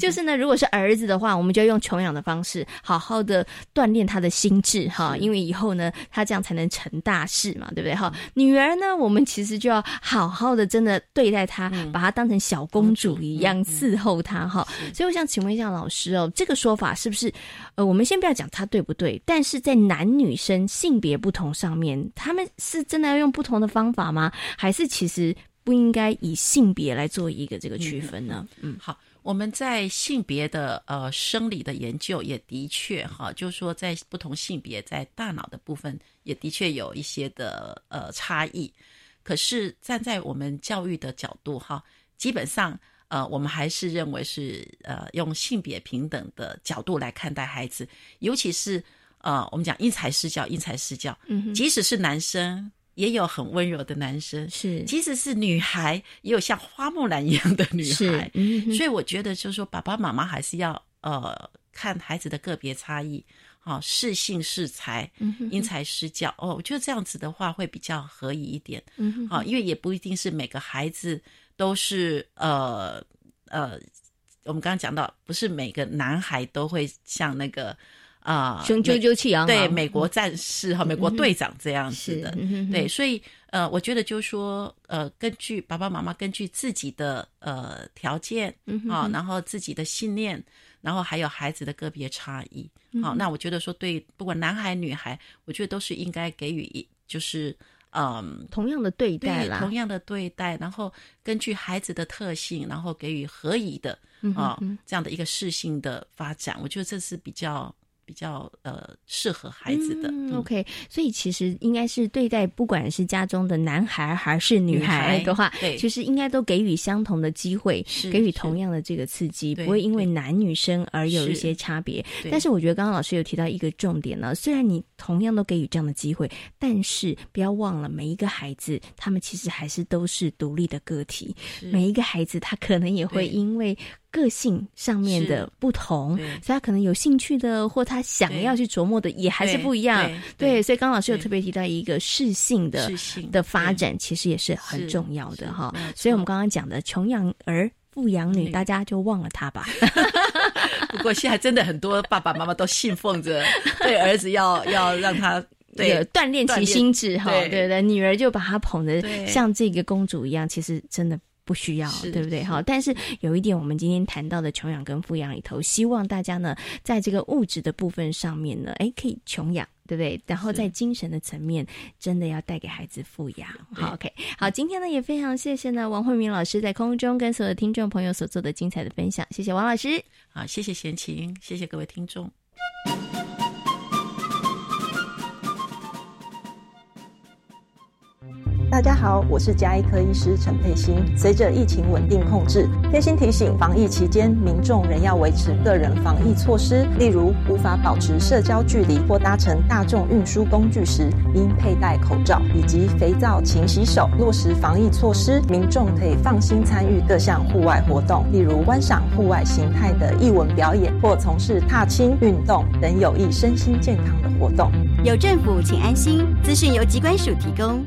Speaker 4: 就是呢，如果是儿子的话，我们就用穷养的方式，好好的锻炼他的心智哈，因为以后呢，他这样才能成大事嘛，对不对哈？女儿呢，我们其实就要好好的真的对待她，把她当成小嗯公主嗯一样伺候她哈。所以我想请问一下老师哦，这个说法是不是呃，我们先不要讲它对不对，但是在男女生性别不同上面，他们是真的要用不同的方法吗？还是其实不应该以性别来做一个这个区分呢？嗯
Speaker 6: 好，我们在性别的呃生理的研究也的确哈，就是说在不同性别在大脑的部分也的确有一些的呃差异。可是站在我们教育的角度哈，基本上呃我们还是认为是呃用性别平等的角度来看待孩子，尤其是呃我们讲因材施教，因材施教，
Speaker 4: 嗯哼
Speaker 6: 即使是男生也有很温柔的男生，
Speaker 4: 是
Speaker 6: 即使是女孩也有像花木兰一样的女
Speaker 4: 是
Speaker 6: 孩，。
Speaker 4: 嗯哼
Speaker 6: 所以我觉得就是说，爸爸妈妈还是要呃看孩子的个别差异，好、适性适才，
Speaker 4: 嗯
Speaker 6: 因材施教。哦，我觉得这样子的话会比较合宜一点。啊
Speaker 4: 嗯哼
Speaker 6: 好、因为也不一定是每个孩子都是呃呃，我们刚刚讲到，不是每个男孩都会像那个啊、呃、
Speaker 4: 雄赳
Speaker 6: 美
Speaker 4: 赳气昂昂，
Speaker 6: 对美国战士和美国队长这样子
Speaker 4: 嗯是
Speaker 6: 的。
Speaker 4: 嗯哼
Speaker 6: 对，所以呃，我觉得就是说，呃，根据爸爸妈妈根据自己的呃条件
Speaker 4: 嗯哼
Speaker 6: 啊、然后自己的信念，然后还有孩子的个别差异，
Speaker 4: 嗯
Speaker 6: 好、那我觉得说对，不管男孩女孩，我觉得都是应该给予一就是嗯。
Speaker 4: 同样的对待
Speaker 6: 对，
Speaker 4: 啦，
Speaker 6: 同样的对待，然后根据孩子的特性，然后给予合宜的
Speaker 4: 嗯哼
Speaker 6: 啊、
Speaker 4: 嗯
Speaker 6: 这样的一个适性的发展，我觉得这是比较比较呃适合孩子的。
Speaker 4: 嗯
Speaker 6: 嗯
Speaker 4: OK，所以其实应该是对待不管是家中的男孩还是女
Speaker 6: 女
Speaker 4: 孩
Speaker 6: 孩
Speaker 4: 的话，
Speaker 6: 对
Speaker 4: 其实应该都给予相同的机会，
Speaker 6: 是
Speaker 4: 给予
Speaker 6: 是
Speaker 4: 同样的这个刺激，
Speaker 6: 对
Speaker 4: 不会因为
Speaker 6: 对
Speaker 4: 男女生而有一
Speaker 6: 是
Speaker 4: 些差别。
Speaker 6: 对
Speaker 4: 但是我觉得刚刚老师有提到一个重点呢，虽然你同样都给予这样的机会，但是不要忘了每一个孩子，他们其实还是都是独立的个体，
Speaker 6: 是
Speaker 4: 每一个孩子他可能也会
Speaker 6: 对
Speaker 4: 因为个性上面
Speaker 6: 是
Speaker 4: 的不同，
Speaker 6: 对
Speaker 4: 所以他可能有兴趣的或他想
Speaker 6: 对
Speaker 4: 要去琢磨的也还是
Speaker 6: 对
Speaker 4: 不一样。
Speaker 6: 对对
Speaker 4: 所以刚刚老师有
Speaker 6: 对
Speaker 4: 特别提到一个适性的
Speaker 6: 适性嗯
Speaker 4: 的发
Speaker 6: 对
Speaker 4: 展，其实也是很
Speaker 6: 是
Speaker 4: 重要的
Speaker 6: 是
Speaker 4: 哈
Speaker 6: 没有。
Speaker 4: 所以我
Speaker 6: 错
Speaker 4: 们刚刚讲的穷养儿。富养女，
Speaker 6: 嗯
Speaker 4: 大家就忘了她吧。
Speaker 6: 不过现在真的很多爸爸妈妈都信奉着对儿子要要让他
Speaker 4: 有
Speaker 6: 对
Speaker 4: 锻炼
Speaker 6: 锻
Speaker 4: 其
Speaker 6: 炼
Speaker 4: 心智哈，
Speaker 6: 对
Speaker 4: 对不对？女儿就把她捧得
Speaker 6: 对
Speaker 4: 像这个公主一样，其实真的不需要，
Speaker 6: 是
Speaker 4: 对不对？
Speaker 6: 是
Speaker 4: 好，但是有一点，我们今天谈到的穷养跟富养里头，希望大家呢，在这个物质的部分上面呢，哎，可以穷养。对不对？然后
Speaker 6: 是
Speaker 4: 在精神的层面，真的要带给孩子富养。好，OK，好，今天呢也非常谢谢呢王慧明老师在空中跟所有的听众朋友所做的精彩的分享，谢谢王老师。
Speaker 6: 啊，谢谢贤琴，谢谢各位听众。
Speaker 7: 大家好，我是加医科医师陈佩欣。随着疫情稳定控制，贴心提醒，防疫期间民众仍要维持个人防疫措施，例如无法保持社交距离或搭乘大众运输工具时，应佩戴口罩以及肥皂、勤洗手。落实防疫措施，民众可以放心参与各项户外活动，例如观赏户外形态的艺文表演或从事踏青运动等有益身心健康的活动。
Speaker 8: 有政府，请安心。资讯由机关署提供。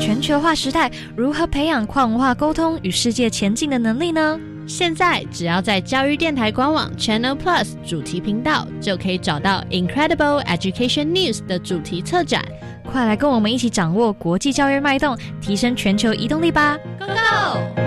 Speaker 9: 全球化时代，如何培养跨文化沟通与世界前进的能力呢？
Speaker 10: 现在只要在教育电台官网 Channel Plus 主题频道，就可以找到 Incredible Education News 的主题策展。
Speaker 9: 快来跟我们一起掌握国际教育脉动，提升全球移动力吧！
Speaker 10: Go Go！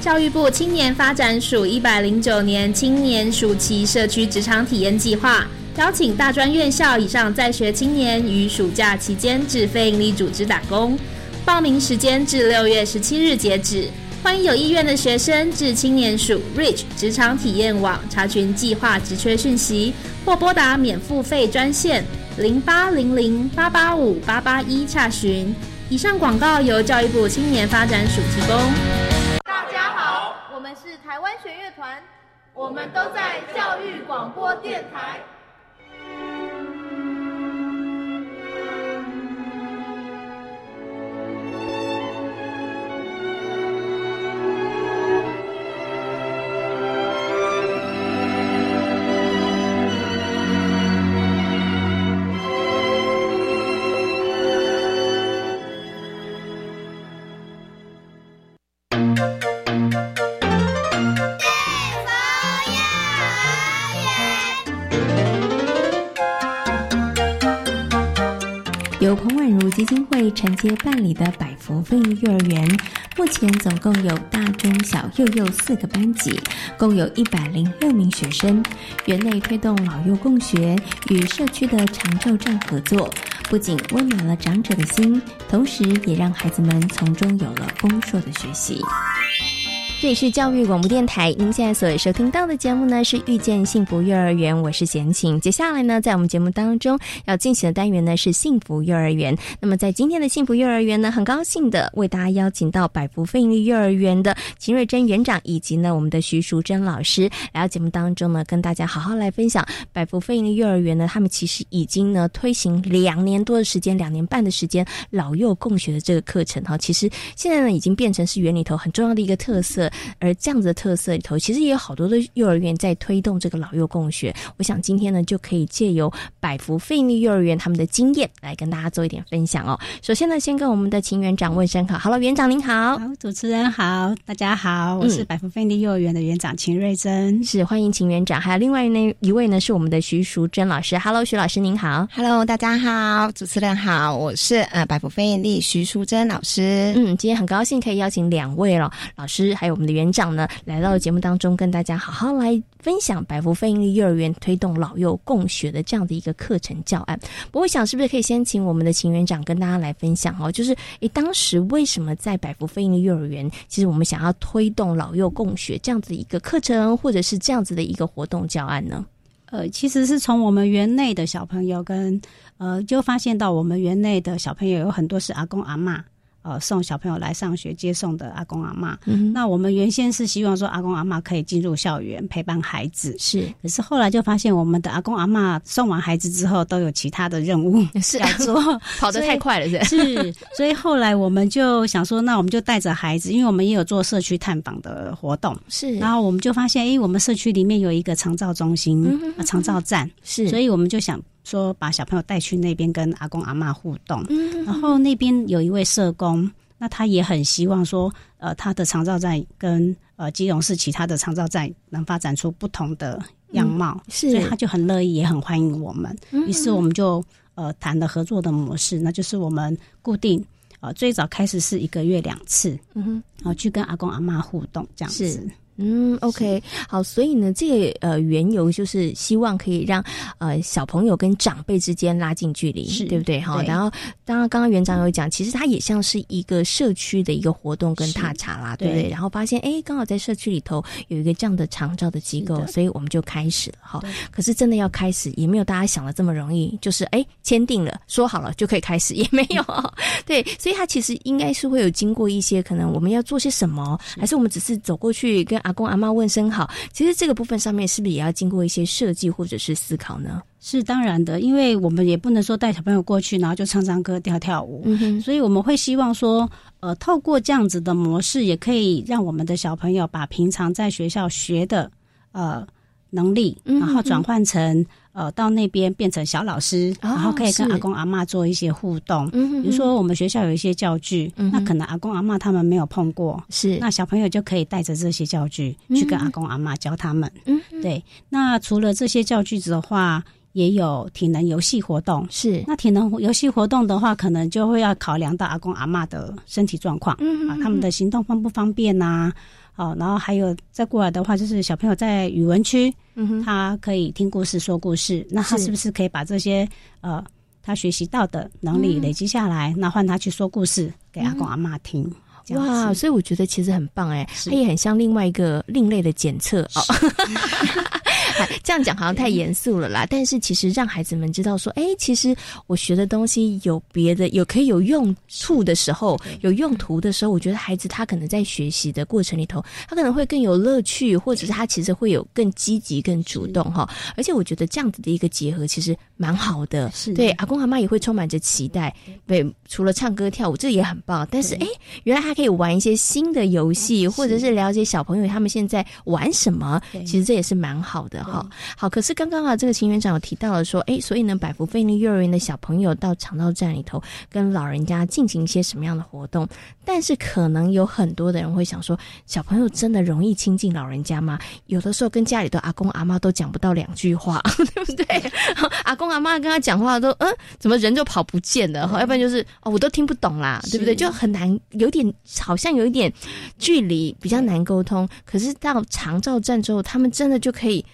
Speaker 11: 教育部青年发展署一百零九年青年暑期社区职场体验计划，邀请大专院校以上在学青年于暑假期间至非营利组织打工。报名时间至六月十七日截止，欢迎有意愿的学生至青年署 Reach 职场体验网查询计划职缺讯息，或拨打免付费专线零八零零八八五八八一查询。以上广告由教育部青年发展署提供。
Speaker 12: 大家好，我们是台湾弦乐团，我们都在教育广播电台。
Speaker 4: 由彭婉如基金会承接办理的百福费幼儿园，目前总共有大、中、小、幼幼四个班级，共有一百零六名学生。园内推动老幼共学，与社区的长照站合作，不仅温暖了长者的心，同时也让孩子们从中有了丰硕的学习。这里是教育广播电台，您现在所收听到的节目呢是《遇见幸福幼儿园》，我是贤琴。接下来呢，在我们节目当中要进行的单元呢是幸福幼儿园。那么在今天的幸福幼儿园呢，很高兴的为大家邀请到百福费力幼儿园的秦瑞珍园长以及呢我们的徐淑珍老师来到节目当中呢，跟大家好好来分享百福费力幼儿园呢，他们其实已经呢推行两年多的时间，两年半的时间，老幼共学的这个课程哈，其实现在呢已经变成是园里头很重要的一个特色。而这样子的特色里头，其实也有好多的幼儿园在推动这个老幼共学。我想今天呢，就可以借由百福费力幼儿园他们的经验来跟大家做一点分享哦。首先呢，先跟我们的秦园长问声好，Hello，园长您好，
Speaker 13: 好，主持人好，大家好，我是
Speaker 4: 嗯
Speaker 13: 百福飞利幼儿园的园长秦瑞珍。
Speaker 4: 是欢迎秦园长，还有另外那一位呢是我们的徐淑珍老师，Hello，徐老师您好。
Speaker 14: Hello，大家好，主持人好，我是呃百福飞燕丽徐淑珍老师。
Speaker 4: 嗯，今天很高兴可以邀请两位了，老师还有我们的园长呢，来到节目当中跟大家好好来分享百福非营利幼儿园推动老幼共学的这样的一个课程教案。不过，我想是不是可以先请我们的秦园长跟大家来分享哦，就是诶，当时为什么在百福非营利幼儿园，其实我们想要推动老幼共学这样子的一个课程，或者是这样子的一个活动教案呢？
Speaker 13: 呃，其实是从我们园内的小朋友跟呃，就发现到我们园内的小朋友有很多是阿公阿嬷，呃，送小朋友来上学接送的阿公阿嬷。
Speaker 4: 嗯
Speaker 13: 那我们原先是希望说阿公阿嬷可以进入校园陪伴孩子，
Speaker 4: 是
Speaker 13: 可是后来就发现我们的阿公阿嬷送完孩子之后都有其他的任务
Speaker 4: 是啊
Speaker 13: 要做，
Speaker 4: 跑得太快了，是吧
Speaker 13: 是，所以后来我们就想说，那我们就带着孩子，因为我们也有做社区探访的活动，
Speaker 4: 是
Speaker 13: 然后我们就发现，诶，我们社区里面有一个长照中心、
Speaker 4: 嗯哼
Speaker 13: 啊长照站，
Speaker 4: 是，
Speaker 13: 所以我们就想说把小朋友带去那边跟阿公阿妈互动，
Speaker 4: 嗯
Speaker 13: 然后那边有一位社工，那他也很希望说，呃，他的长照站跟
Speaker 15: 呃基隆市其他的长照站能发展出不同的样貌，
Speaker 4: 嗯、是，
Speaker 15: 所以他就很乐意也很欢迎我们。于是我们就呃谈了合作的模式，那就是我们固定。呃，最早开始是一个月两次，嗯哼，然后去跟阿公阿妈互动这样子。
Speaker 4: 嗯，OK，好，所以呢，这个呃缘由就是希望可以让呃小朋友跟长辈之间拉近距离，对不对？哈，然后当然，刚刚园长有讲，其实它也像是一个社区的一个活动跟踏查啦，对不对？然后发现哎，刚好在社区里头有一个这样的长照的机构，所以我们就开始了哈。可是真的要开始，也没有大家想的这么容易，就是哎签订了说好了就可以开始，也没有。 对，所以它其实应该是会有经过一些可能我们要做些什么，还是我们只是走过去跟。阿公阿妈问声好，其实这个部分上面是不是也要经过一些设计或者是思考呢？
Speaker 15: 是当然的，因为我们也不能说带小朋友过去，然后就唱唱歌、跳跳舞，嗯、所以我们会希望说，呃，透过这样子的模式，也可以让我们的小朋友把平常在学校学的呃能力，然后转换成。呃，到那边变成小老师，哦、然后可以跟阿公阿妈做一些互动。比如说，我们学校有一些教具，嗯、那可能阿公阿妈他们没有碰过，
Speaker 4: 是
Speaker 15: 那小朋友就可以带着这些教具去跟阿公阿妈教他们。嗯，对。那除了这些教具的话，也有体能游戏活动。
Speaker 4: 是
Speaker 15: 那体能游戏活动的话，可能就会要考量到阿公阿妈的身体状况，嗯、啊，他们的行动方不方便呐、啊？哦，然后还有再过来的话，就是小朋友在语文区，嗯、他可以听故事、说故事，那他是不是可以把这些呃他学习到的能力累积下来，那、嗯、换他去说故事给阿公阿妈听？嗯
Speaker 4: 哇，所以我觉得其实很棒哎，它也很像另外一个另类的检测哦。 哎这样讲好像太严肃了啦，但是其实让孩子们知道说，哎，其实我学的东西有别的，有可以有用处的时候，有用途的时候，我觉得孩子他可能在学习的过程里头，他可能会更有乐趣，或者是他其实会有更积极、更主动哈、哦。而且我觉得这样子的一个结合其实蛮好的，
Speaker 15: 是
Speaker 4: 对阿公阿妈也会充满着期待。对，除了唱歌跳舞，这也很棒，但是哎，原来还。可以玩一些新的游戏，或者是了解小朋友他们现在玩什么，其实这也是蛮好的哈。好，可是刚刚啊，这个秦园长有提到了说，哎，所以呢，百福费力幼儿园的小朋友到长道站里头跟老人家进行一些什么样的活动？但是可能有很多的人会想说，小朋友真的容易亲近老人家吗？有的时候跟家里的阿公阿妈都讲不到两句话， 对不对？阿公阿妈跟他讲话都，嗯，怎么人就跑不见了？要不然就是哦，我都听不懂啦，对不对？就很难，有点。好像有一点距离，比较难沟通。可是到长照站之后，他们真的就可以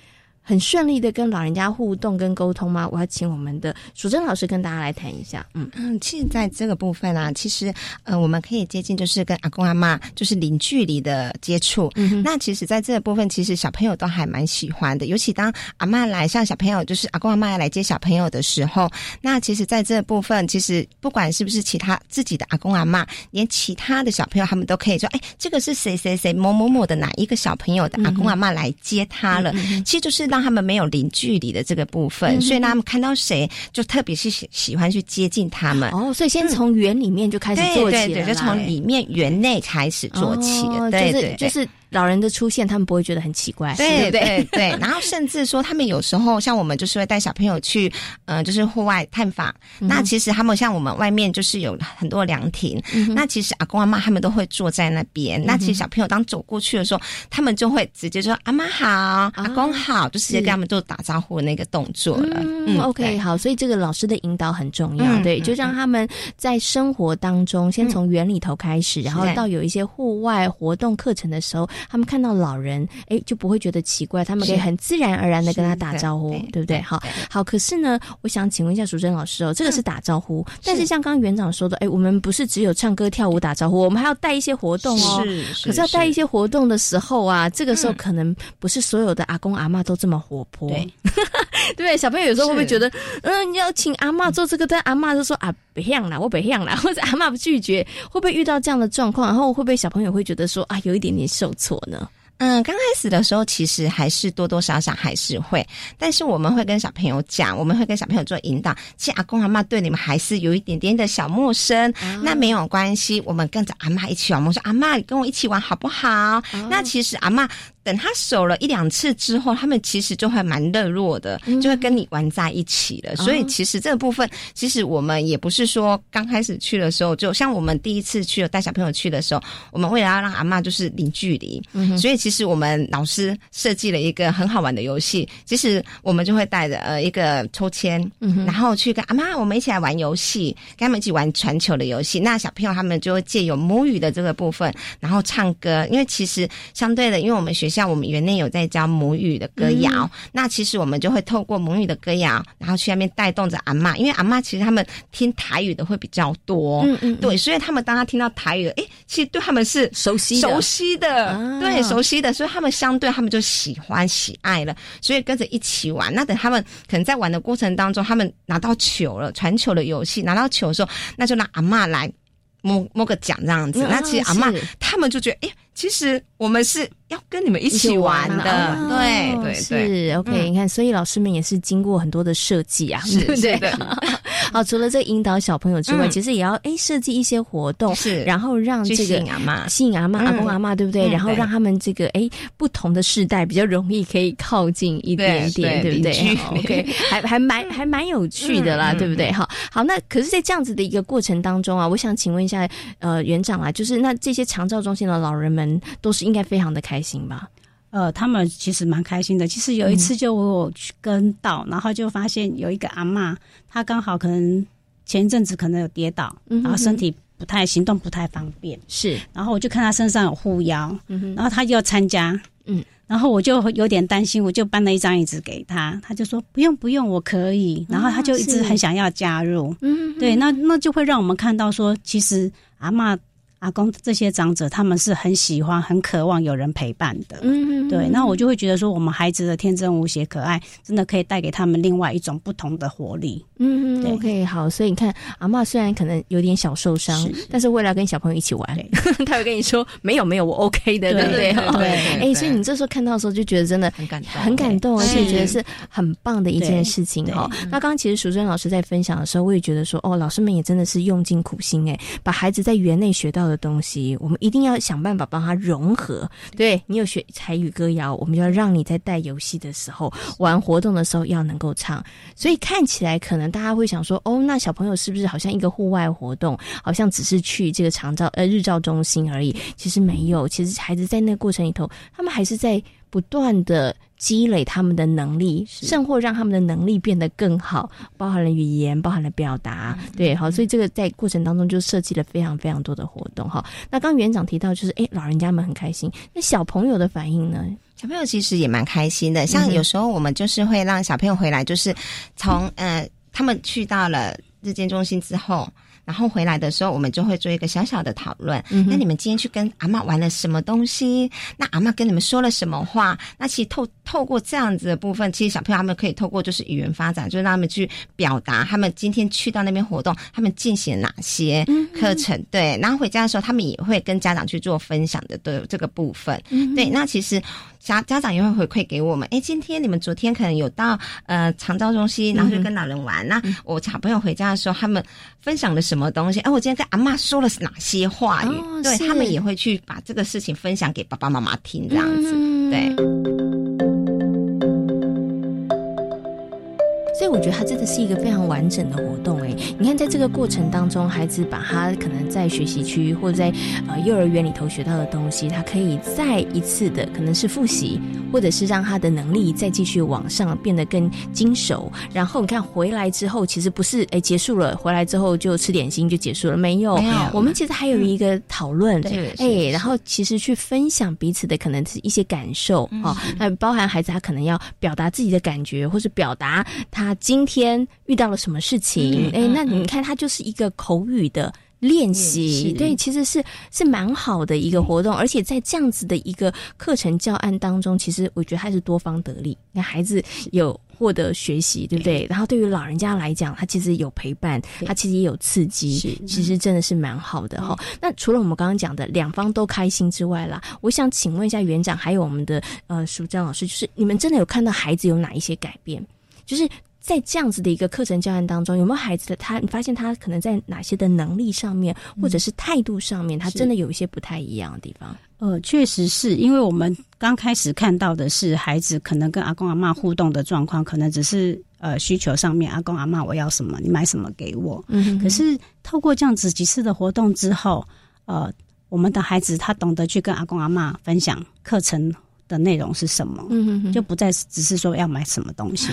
Speaker 4: 很顺利的跟老人家互动跟沟通吗？我要请我们的淑珍老师跟大家来谈一下。
Speaker 11: 嗯嗯，其实在这个部分啊，其实呃，我们可以接近就是跟阿公阿妈就是零距离的接触。嗯、那其实在这个部分，其实小朋友都还蛮喜欢的，尤其当阿妈来，像小朋友就是阿公阿妈来接小朋友的时候，那其实在这部分，其实不管是不是其他自己的阿公阿妈，连其他的小朋友他们都可以说，哎，这个是谁谁谁某某某的哪一个小朋友的阿公阿妈来接他了。嗯、其实就是让他们没有零距离的这个部分，嗯、所以他们看到谁就特别是喜喜欢去接近他们。
Speaker 4: 哦，所以先从园里面就开始做起、嗯，
Speaker 11: 对对对，就从里面园内开始做起，哦、对对
Speaker 4: 对。就是就是老人的出现，他们不会觉得很奇怪，
Speaker 11: 对对对。 然后甚至说，他们有时候像我们就是会带小朋友去，嗯、呃，就是户外探访。嗯、那其实他们像我们外面就是有很多凉亭，嗯、那其实阿公阿妈他们都会坐在那边。嗯、那其实小朋友当走过去的时候，他们就会直接说“阿妈好，啊、阿公好”，就直接跟他们做打招呼那个动作了。
Speaker 4: 嗯，OK，好。所以这个老师的引导很重要，对，就让他们在生活当中先从园里头开始，然后到有一些户外活动课程的时候。他们看到老人，哎，就不会觉得奇怪，他们可以很自然而然的跟他打招呼，哦对不对？好，好。可是呢，我想请问一下淑珍老师哦，这个是打招呼，但是像刚刚园长说的，哎，我们不是只有唱歌跳舞打招呼，我们还要带一些活动
Speaker 11: 哦。
Speaker 4: 可是要带一些活动的时候啊，这个时候可能不是所有的阿公阿妈都这么活泼， 对，小朋友有时候会不会觉得，嗯，要请阿妈做这个，但阿妈就说啊，不样啦，我不样啦，或 者阿妈不拒绝，会不会遇到这样的状况？然后会不会小朋友会觉得说啊，有一点点受挫？错呢？
Speaker 11: 嗯，刚开始的时候其实还是多多少少还是会，但是我们会跟小朋友讲，我们会跟小朋友做引导。其实阿公阿妈对你们还是有一点点的小陌生，哦、那没有关系，我们跟着阿妈一起玩。我说阿妈，你跟我一起玩好不好？哦、那其实阿妈。等他熟了一两次之后，他们其实就会蛮热络的，嗯、哦就会跟你玩在一起了。所以其实这个部分，其实我们也不是说刚开始去的时候，就像我们第一次去了带小朋友去的时候，我们为了要让阿妈就是零距离，嗯、所以其实我们老师设计了一个很好玩的游戏。其实我们就会带着呃一个抽签，嗯、然后去跟阿妈我们一起来玩游戏，跟他们一起玩传球的游戏。那小朋友他们就会借由母语的这个部分，然后唱歌，因为其实相对的，因为我们学校我们园内有在教母语的歌谣，嗯、那其实我们就会透过母语的歌谣，然后去那边带动着阿妈，因为阿妈其实他们听台语的会比较多，嗯嗯，对，所以他们当他听到台语，哎，其实对他们是
Speaker 4: 熟悉
Speaker 11: 熟悉的，啊、对，熟悉的，所以他们相对他们就喜欢喜爱了，所以跟着一起玩。那等他们可能在玩的过程当中，他们拿到球了，传球的游戏拿到球的时候，那就让阿妈来。摸摸个奖这样子，嗯、那其实阿妈他们就觉得，哎、欸，其实我们是要跟你们一起玩的，哦玩对对
Speaker 4: 对，哦是 OK、嗯。你看，所以老师们也是经过很多的设计啊， 对不对？好，除了这引导小朋友之外，嗯、其实也要哎设计一些活动，
Speaker 11: 是，
Speaker 4: 然后让这个
Speaker 11: 吸引阿妈、嗯
Speaker 4: 吸引阿妈、阿公阿妈，对不对？然后让他们这个哎不同的世代比较容易可以靠近一点点，对不对？OK，还 还 蛮还蛮有趣的
Speaker 11: 嗯
Speaker 4: 啦，对不对？好，好，那可是，在这样子的一个过程当中啊，我想请问一下呃园长啊，就是那这些长照中心的老人们都是应该非常的开心吧？
Speaker 15: 呃，他们其实蛮开心的。其实有一次
Speaker 11: 嗯
Speaker 15: 就我去跟到，嗯、然后就发现有一个阿妈，她刚好可能前一阵子可能有跌倒，嗯、哼哼然后身体不太行动不太方便，
Speaker 4: 是。
Speaker 15: 然后我就看她身上有护腰，嗯、然后她就要参加，嗯，然后我就有点担心，我就搬了一张椅子给她，她就说哎不用不用，我可以。然后她就一直很想要加入，啊嗯、啊，对，那那就会让我们看到说，其实阿妈。阿公这些长者，他们是很喜欢、很渴望有人陪伴的，嗯,嗯,嗯，对。那我就会觉得说，我们孩子的天真无邪、可爱，真的可以带给他们另外一种不同的活力。
Speaker 4: 嗯嗯，OK，好。所以你看，阿妈虽然可能有点小受伤，是但是为了跟小朋友一起玩， 他会跟你说：“没有，没有，我 OK 的，对不对？”对，哎，所以你这时候看到的时候，就觉得真的
Speaker 11: 很感动，
Speaker 4: 很感动，而且觉得是很棒的一件事情哈。那刚刚其实淑珍老师在分享的时候，我也觉得说，哦，老师们也真的是用尽苦心哎、欸，把孩子在园内学到。的东西，我们一定要想办法帮他融合。对你有学才语歌谣，我们就要让你在带游戏的时候、玩活动的时候要能够唱。所以看起来可能大家会想说，哦，那小朋友是不是好像一个户外活动，好像只是去这个长照呃日照中心而已？其实没有，其实孩子在那个过程里头，他们还是在不断的。积累他们的能力，甚或让他们的能力变得更好，包含了语言，包含了表达，嗯、对，好，所以这个在过程当中就设计了非常非常多的活动哈。那刚园长提到，就是哎，老人家们很开心，那小朋友的反应呢？
Speaker 11: 小朋友其实也蛮开心的，像有时候我们就是会让小朋友回来，就是从、嗯、呃他们去到了日间中心之后。然后回来的时候，我们就会做一个小小的讨论。嗯、那你们今天去跟阿妈玩了什么东西？那阿妈跟你们说了什么话？那其实透透过这样子的部分，其实小朋友他们可以透过就是语言发展，就是让他们去表达他们今天去到那边活动，他们进行哪些课程。嗯、对，然后回家的时候，他们也会跟家长去做分享的对这个部分。嗯、对，那其实家家长也会回馈给我们，哎，今天你们昨天可能有到呃长照中心，然后就跟老人玩。那我小朋友回家的时候，他们分享了什么？什么东西？哎、啊，我今天跟阿妈说了哪些话语？哦、对他们也会去把这个事情分享给爸爸妈妈听，这样子，嗯、
Speaker 4: 对。所以我觉得它真的是一个非常完整的活动、欸。哎，你看，在这个过程当中，孩子把他可能在学习区或者在呃幼儿园里头学到的东西，他可以再一次的可能是复习，或者是让他的能力再继续往上，变得更精熟。然后你看回来之后，其实不是哎结束了，回来之后就吃点心就结束了，没有。
Speaker 11: 没有
Speaker 4: 我们其实还有一个讨论，
Speaker 11: 嗯、
Speaker 4: 哎，然后其实去分享彼此的可能是一些感受哦，那包含孩子他可能要表达自己的感觉，或是表达他今天遇到了什么事情。嗯、哎，那你看，它就是一个口语的。练习嗯对，其实是是蛮好的一个活动，而且在这样子的一个课程教案当中，其实我觉得它是多方得利。那孩子有获得学习，对不对？对然后对于老人家来讲，他其实有陪伴，他其实也有刺激，其实真的是嗯蛮好的哈。那除了我们刚刚讲的两方都开心之外啦，我想请问一下园长，还有我们的呃舒江老师，就是你们真的有看到孩子有哪一些改变？就是。在这样子的一个课程教案当中，有没有孩子的他，你发现他可能在哪些的能力上面，或者是态度上面，他真的有一些不太一样的地方？
Speaker 15: 呃，确实是因为我们刚开始看到的是孩子可能跟阿公阿妈互动的状况，可能只是呃需求上面，阿公阿妈我要什么，你买什么给我。嗯，可是透过这样子几次的活动之后，呃，我们的孩子他懂得去跟阿公阿妈分享课程的内容是什么，嗯就不再只是说要买什么东西。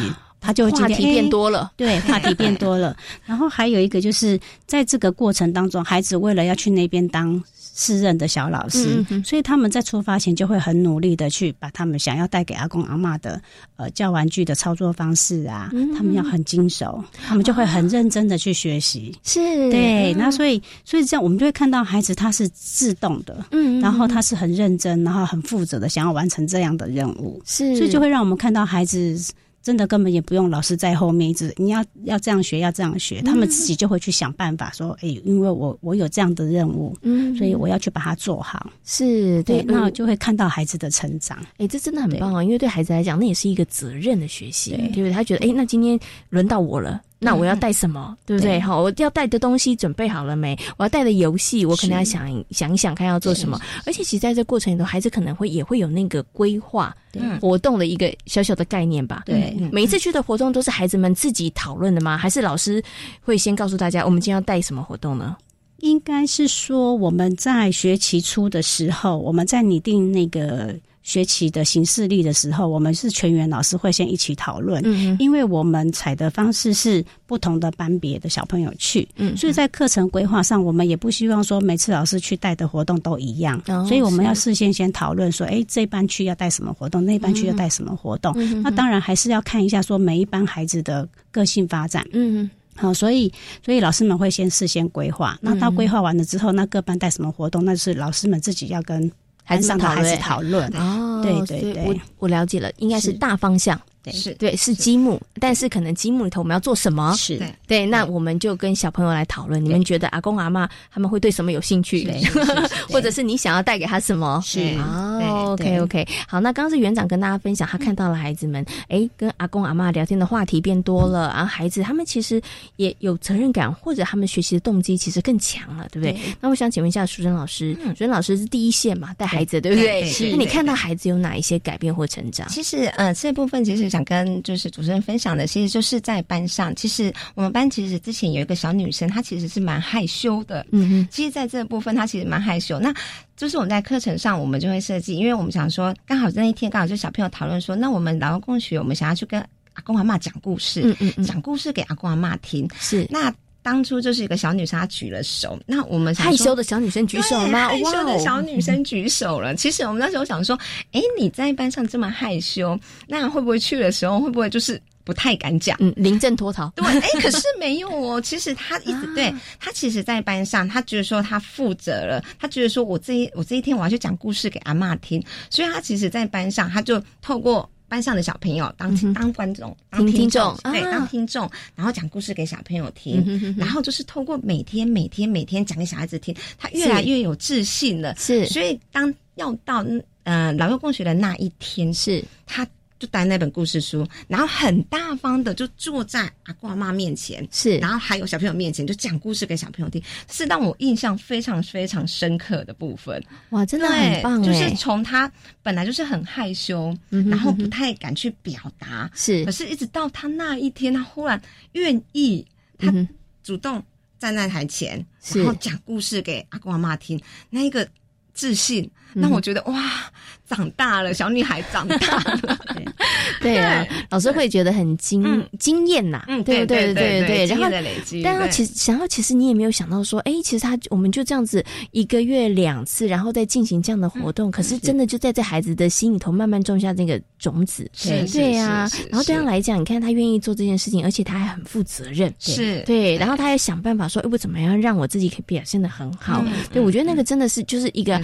Speaker 15: 他就
Speaker 4: 话题变多了，
Speaker 15: 欸、 对，话题变多了。然后还有一个就是，在这个过程当中，孩子为了要去那边当适任的小老师，嗯嗯所以他们在出发前就会很努力的去把他们想要带给阿公阿妈的呃教玩具的操作方式啊，嗯他们要很精熟，他们就会很认真的去学习。
Speaker 4: 是、
Speaker 15: 哦，对。那所以，所以这样我们就会看到孩子他是自动的，嗯，然后他是很认真，然后很负责的想要完成这样的任务，
Speaker 4: 是，
Speaker 15: 所以就会让我们看到孩子。真的根本也不用老师在后面一直，你要要这样学，要这样学，他们自己就会去想办法说，哎、欸，因为我我有这样的任务，嗯，所以我要去把它做好。
Speaker 4: 是对，
Speaker 15: 那就会看到孩子的成长。哎、
Speaker 4: 欸，这真的很棒啊！因为对孩子来讲，那也是一个责任的学习，对不对？他觉得，哎、欸，那今天轮到我了。那我要带什么，嗯、对不对？好，我要带的东西准备好了没？我要带的游戏，我可能要想想一想看要做什么。而且，其实在这过程里头，孩子可能会也会有那个规划嗯活动的一个小小的概念吧。
Speaker 15: 对，嗯、
Speaker 4: 每一次去的活动都是孩子们自己讨论的吗？还是老师会先告诉大家我们今天要带什么活动呢？
Speaker 15: 应该是说我们在学期初的时候，我们在拟定那个。学期的行事历的时候，我们是全员老师会先一起讨论，嗯、因为我们采的方式是不同的班别的小朋友去，嗯、所以在课程规划上，我们也不希望说每次老师去带的活动都一样，哦、所以我们要事先先讨论说，哎，这班区要带什么活动，那班区要带什么活动，嗯、那当然还是要看一下说每一班孩子的个性发展，嗯。好、哦，所以所以老师们会先事先规划，那到
Speaker 11: 嗯
Speaker 15: 规划完了之后，那各班带什么活动，那是老师们自己要跟。
Speaker 4: 还是
Speaker 15: 上
Speaker 4: 讨
Speaker 15: 论，讨论
Speaker 11: 嗯
Speaker 15: 哦，对对对，
Speaker 4: 我我了解了，应该是大方向，
Speaker 15: 对是
Speaker 4: 对是积木，但是可能积木里头我们要做什么？
Speaker 15: 是
Speaker 4: 对，那我们就跟小朋友来讨论，你们觉得阿公阿妈他们会对什么有兴趣？ 或者是你想要带给他什么？
Speaker 15: 是
Speaker 4: 哦，OK OK，好，那刚刚是园长跟大家分享，他看到了孩子们，哎，跟阿公阿妈聊天的话题变多了，然后孩子他们其实也有责任感，或者他们学习的动机其实更强了，对不对？那我想请问一下淑珍老师，淑珍老师是第一线嘛，带。孩子对不对？
Speaker 11: 是。
Speaker 4: 那你看到孩子有哪一些改变或成长？
Speaker 11: 其实，呃，这部分其实想跟就是主持人分享的，其实就是在班上。其实我们班其实之前有一个小女生，她其实是蛮害羞的。嗯嗯。其实，在这部分她其实蛮害羞。那就是我们在课程上，我们就会设计，因为我们想说，刚好那一天刚好就小朋友讨论说，那我们劳动共学，我们想要去跟阿公阿妈讲故事，嗯嗯嗯讲故事给阿公阿妈听。
Speaker 4: 是。
Speaker 11: 那。当初就是一个小女生，她举了手。那我们
Speaker 4: 害羞的小女生举手吗？哦
Speaker 11: 害羞的小女生举手了。 其实我们那时候想说，哎，你在班上这么害羞，那会不会去的时候，会不会就是不太敢讲？
Speaker 4: 嗯，临阵脱逃。
Speaker 11: 对，哎，可是没有哦。其实她一直 对她，其实，在班上，她觉得说她负责了，她觉得说我这一我这一天我要去讲故事给阿妈听，所以她其实，在班上，她就透过。班上的小朋友当当观众，当嗯听众，啊嗯对，当听众，然后讲故事给小朋友听，然后就是透过每天每天每天讲给小孩子听，他越来越有自信了。
Speaker 4: 是，
Speaker 11: 所以当要到呃老幼共学的那一天，
Speaker 4: 是
Speaker 11: 他就带那本故事书，然后很大方的就坐在阿公阿妈面前，
Speaker 4: 是，
Speaker 11: 然后还有小朋友面前就讲故事给小朋友听，是让我印象非常非常深刻的部分。
Speaker 4: 哇，真的很棒！欸嗯
Speaker 11: 就是从他。本来就是很害羞，然后不太敢去表达，
Speaker 4: 是、嗯。
Speaker 11: 可是，一直到他那一天，他忽然愿意，他主动站在台前，嗯、然后讲故事给阿公阿妈听，那一个自信，让我觉得、嗯、哇，长大了，小女孩长大 了。
Speaker 4: 对啊，老师会觉得很惊惊艳呐，
Speaker 11: 嗯，
Speaker 4: 对
Speaker 11: 对
Speaker 4: 对对，
Speaker 11: 然后累积。
Speaker 4: 但要其实，然后其实你也没有想到说，哎，其实他我们就这样子一个月两次，然后再进行这样的活动，可是真的就在这孩子的心里头慢慢种下这个种子，
Speaker 11: 是，
Speaker 4: 对啊。然后对他来讲，你看他愿意做这件事情，而且他还很负责任，
Speaker 11: 是
Speaker 4: 对。然后他也想办法说，哎，我怎么样让我自己可以表现的很好？对我觉得那个真的是就是一个。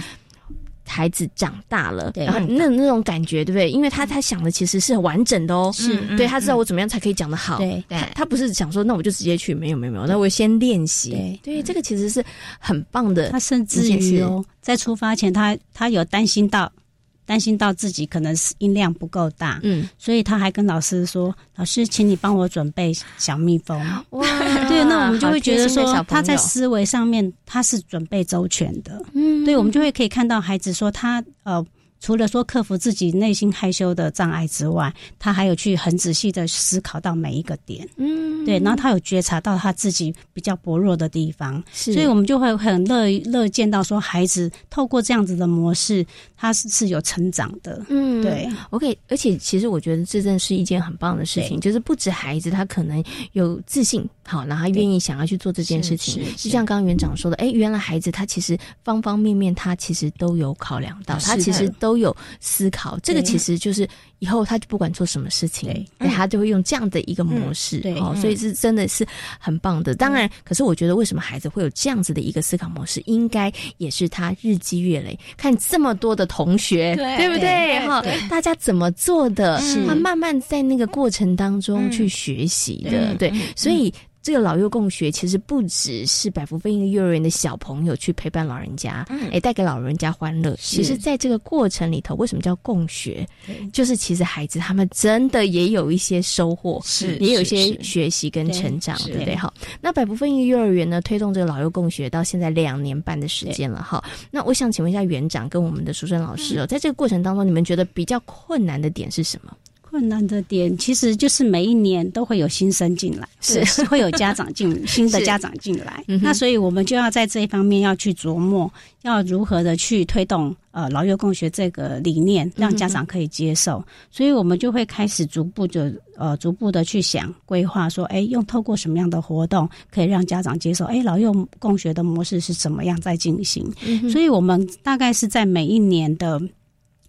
Speaker 4: 孩子长大了，然后那那种感觉，对不对？因为他他想的其实是完整的哦，
Speaker 15: 是
Speaker 4: 对他知道我怎么样才可以讲得好，
Speaker 15: 对，
Speaker 4: 他不是想说那我就直接去，没有没有没有，那我先练习，对，这个其实是很棒的。
Speaker 15: 他甚至于哦，在出发前，他他有担心到。
Speaker 11: 担心到自己可能是音量不够大，嗯，所以他还跟老师说：“老师，请你帮我准备小蜜蜂。”哇，对，那我们就会觉得说他在思维上面他是准备周全的，嗯，对，我们就会可以看到孩子说他呃。除了说克服自己内心害羞的障碍之外，他还有去很仔细的思考到每一个点，嗯，对，然后他有觉察到他自己比较薄弱的地方，所以我们就会很乐乐见到说孩子透过这样子的模式，他是是有成长的，嗯，对
Speaker 4: ，OK，而且其实我觉得这真是一件很棒的事情，就是不止孩子他可能有自信，好，然后他愿意想要去做这件事情，就像刚刚园长说的，哎，原来孩子他其实方方面面他其实都有考量到，他其实都。都有思考，这个其实就是以后他就不管做什么事情，对他就会用这样的一个模式、嗯、哦，所以是真的是很棒的。当然，嗯、可是我觉得为什么孩子会有这样子的一个思考模式，应该也是他日积月累，看这么多的同学，对不对？哈，大家怎么做的，他慢慢在那个过程当中去学习的，嗯、对，所以。这个老幼共学其实不只是百福飞鹰幼儿园的小朋友去陪伴老人家，哎、嗯，带给老人家欢乐。其实，在这个过程里头，为什么叫共学？就是其实孩子他们真的也有一些收获，
Speaker 6: 是
Speaker 4: 也有一些学习跟成长，对不对？好，那百福飞鹰幼儿园呢，推动这个老幼共学到现在两年半的时间了哈。那我想请问一下园长跟我们的淑生老师哦，嗯、在这个过程当中，你们觉得比较困难的点是什么？
Speaker 11: 困难的点其实就是每一年都会有新生进来，
Speaker 4: 是
Speaker 11: 会有家长进新的家长进来，嗯、那所以我们就要在这一方面要去琢磨，要如何的去推动呃老幼共学这个理念，让家长可以接受，嗯、所以我们就会开始逐步的呃逐步的去想规划说，哎，用透过什么样的活动可以让家长接受，哎，老幼共学的模式是怎么样在进行，嗯、所以我们大概是在每一年的。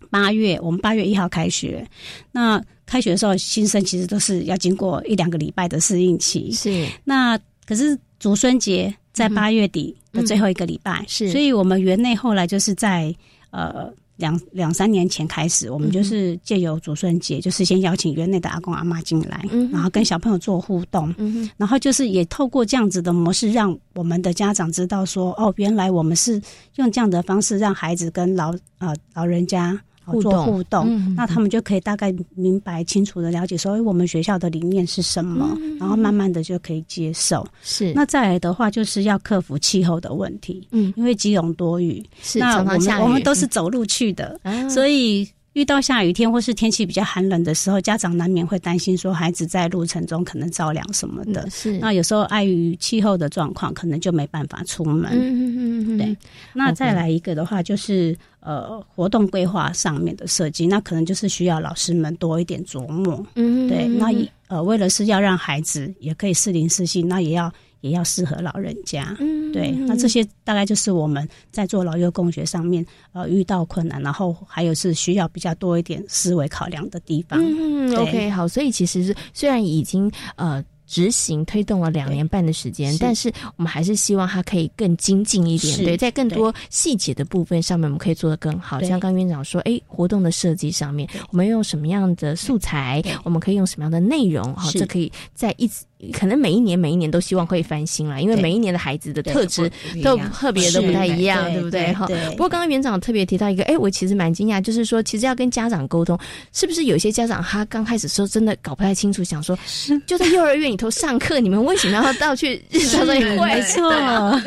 Speaker 11: 八月，我们八月一号开学。那开学的时候，新生其实都是要经过一两个礼拜的适应期。
Speaker 4: 是。
Speaker 11: 那可是竹孙节在八月底的最后一个礼嗯拜，嗯嗯、
Speaker 4: 是。
Speaker 11: 所以我们园内后来就是在呃两两三年前开始，我
Speaker 4: 嗯
Speaker 11: 们就是借由竹孙节，嗯、就是先邀请园内的阿公阿妈进
Speaker 4: 嗯
Speaker 11: 来，然后跟小朋友做互动，然后就是也透过这样子的模式，让我们的家长知道说，哦，原来我们是用这样的方式让孩子跟老呃老人家。
Speaker 4: 互
Speaker 11: 做互
Speaker 4: 动，
Speaker 11: 嗯、那他们就可以大概明白清楚的了解说，哎，我们学校的理念是什么，嗯、然后慢慢的就可以接受。
Speaker 4: 是，
Speaker 11: 那再来的话，就是要克服气候的问题，
Speaker 4: 嗯，
Speaker 11: 因为基隆多雨，
Speaker 4: 是，
Speaker 11: 那我们
Speaker 4: 常
Speaker 11: 我们都是走路去的，
Speaker 4: 啊
Speaker 11: 嗯、所以。遇到下雨天或是天气比较寒冷的时候，家长难免会担心说孩子在路程中可能着凉什么的。
Speaker 4: 嗯、是，
Speaker 11: 那有时候碍于气候的状况，可能就没办法出门。
Speaker 4: 嗯嗯嗯
Speaker 11: 对。那再来一个的话，就是呃活动规划上面的设计，那可能就是需要老师们多一点琢磨。
Speaker 4: 嗯
Speaker 11: 对。那呃为了是要让孩子也可以适龄适性，那也要。也要适合老人家，
Speaker 4: 嗯，
Speaker 11: 对，那这些大概就是我们在做老幼共学上面呃遇到困难，然后还有是需要比较多一点思维考量的地方。
Speaker 4: 嗯，OK，好，所以其实是虽然已经呃。执行推动了两年半的时间，但是我们还是希望它可以更精进一点，对，在更多细节的部分上面，我们可以做得更好。像刚院长说，哎，活动的设计上面，我们用什么样的素材，我们可以用什么样的内容，哈，这可以在一直可能每一年每一年都希望会翻新啦，因为每一年的孩子的特质都特别都不太一样，对不对？哈。不过刚刚园长特别提到一个，哎，我其实蛮惊讶，就是说，其实要跟家长沟通，是不是有些家长他刚开始时候真的搞不太清楚，想说就在幼儿园里。头上课，你们为什么要到去 日常的
Speaker 11: 会？没错，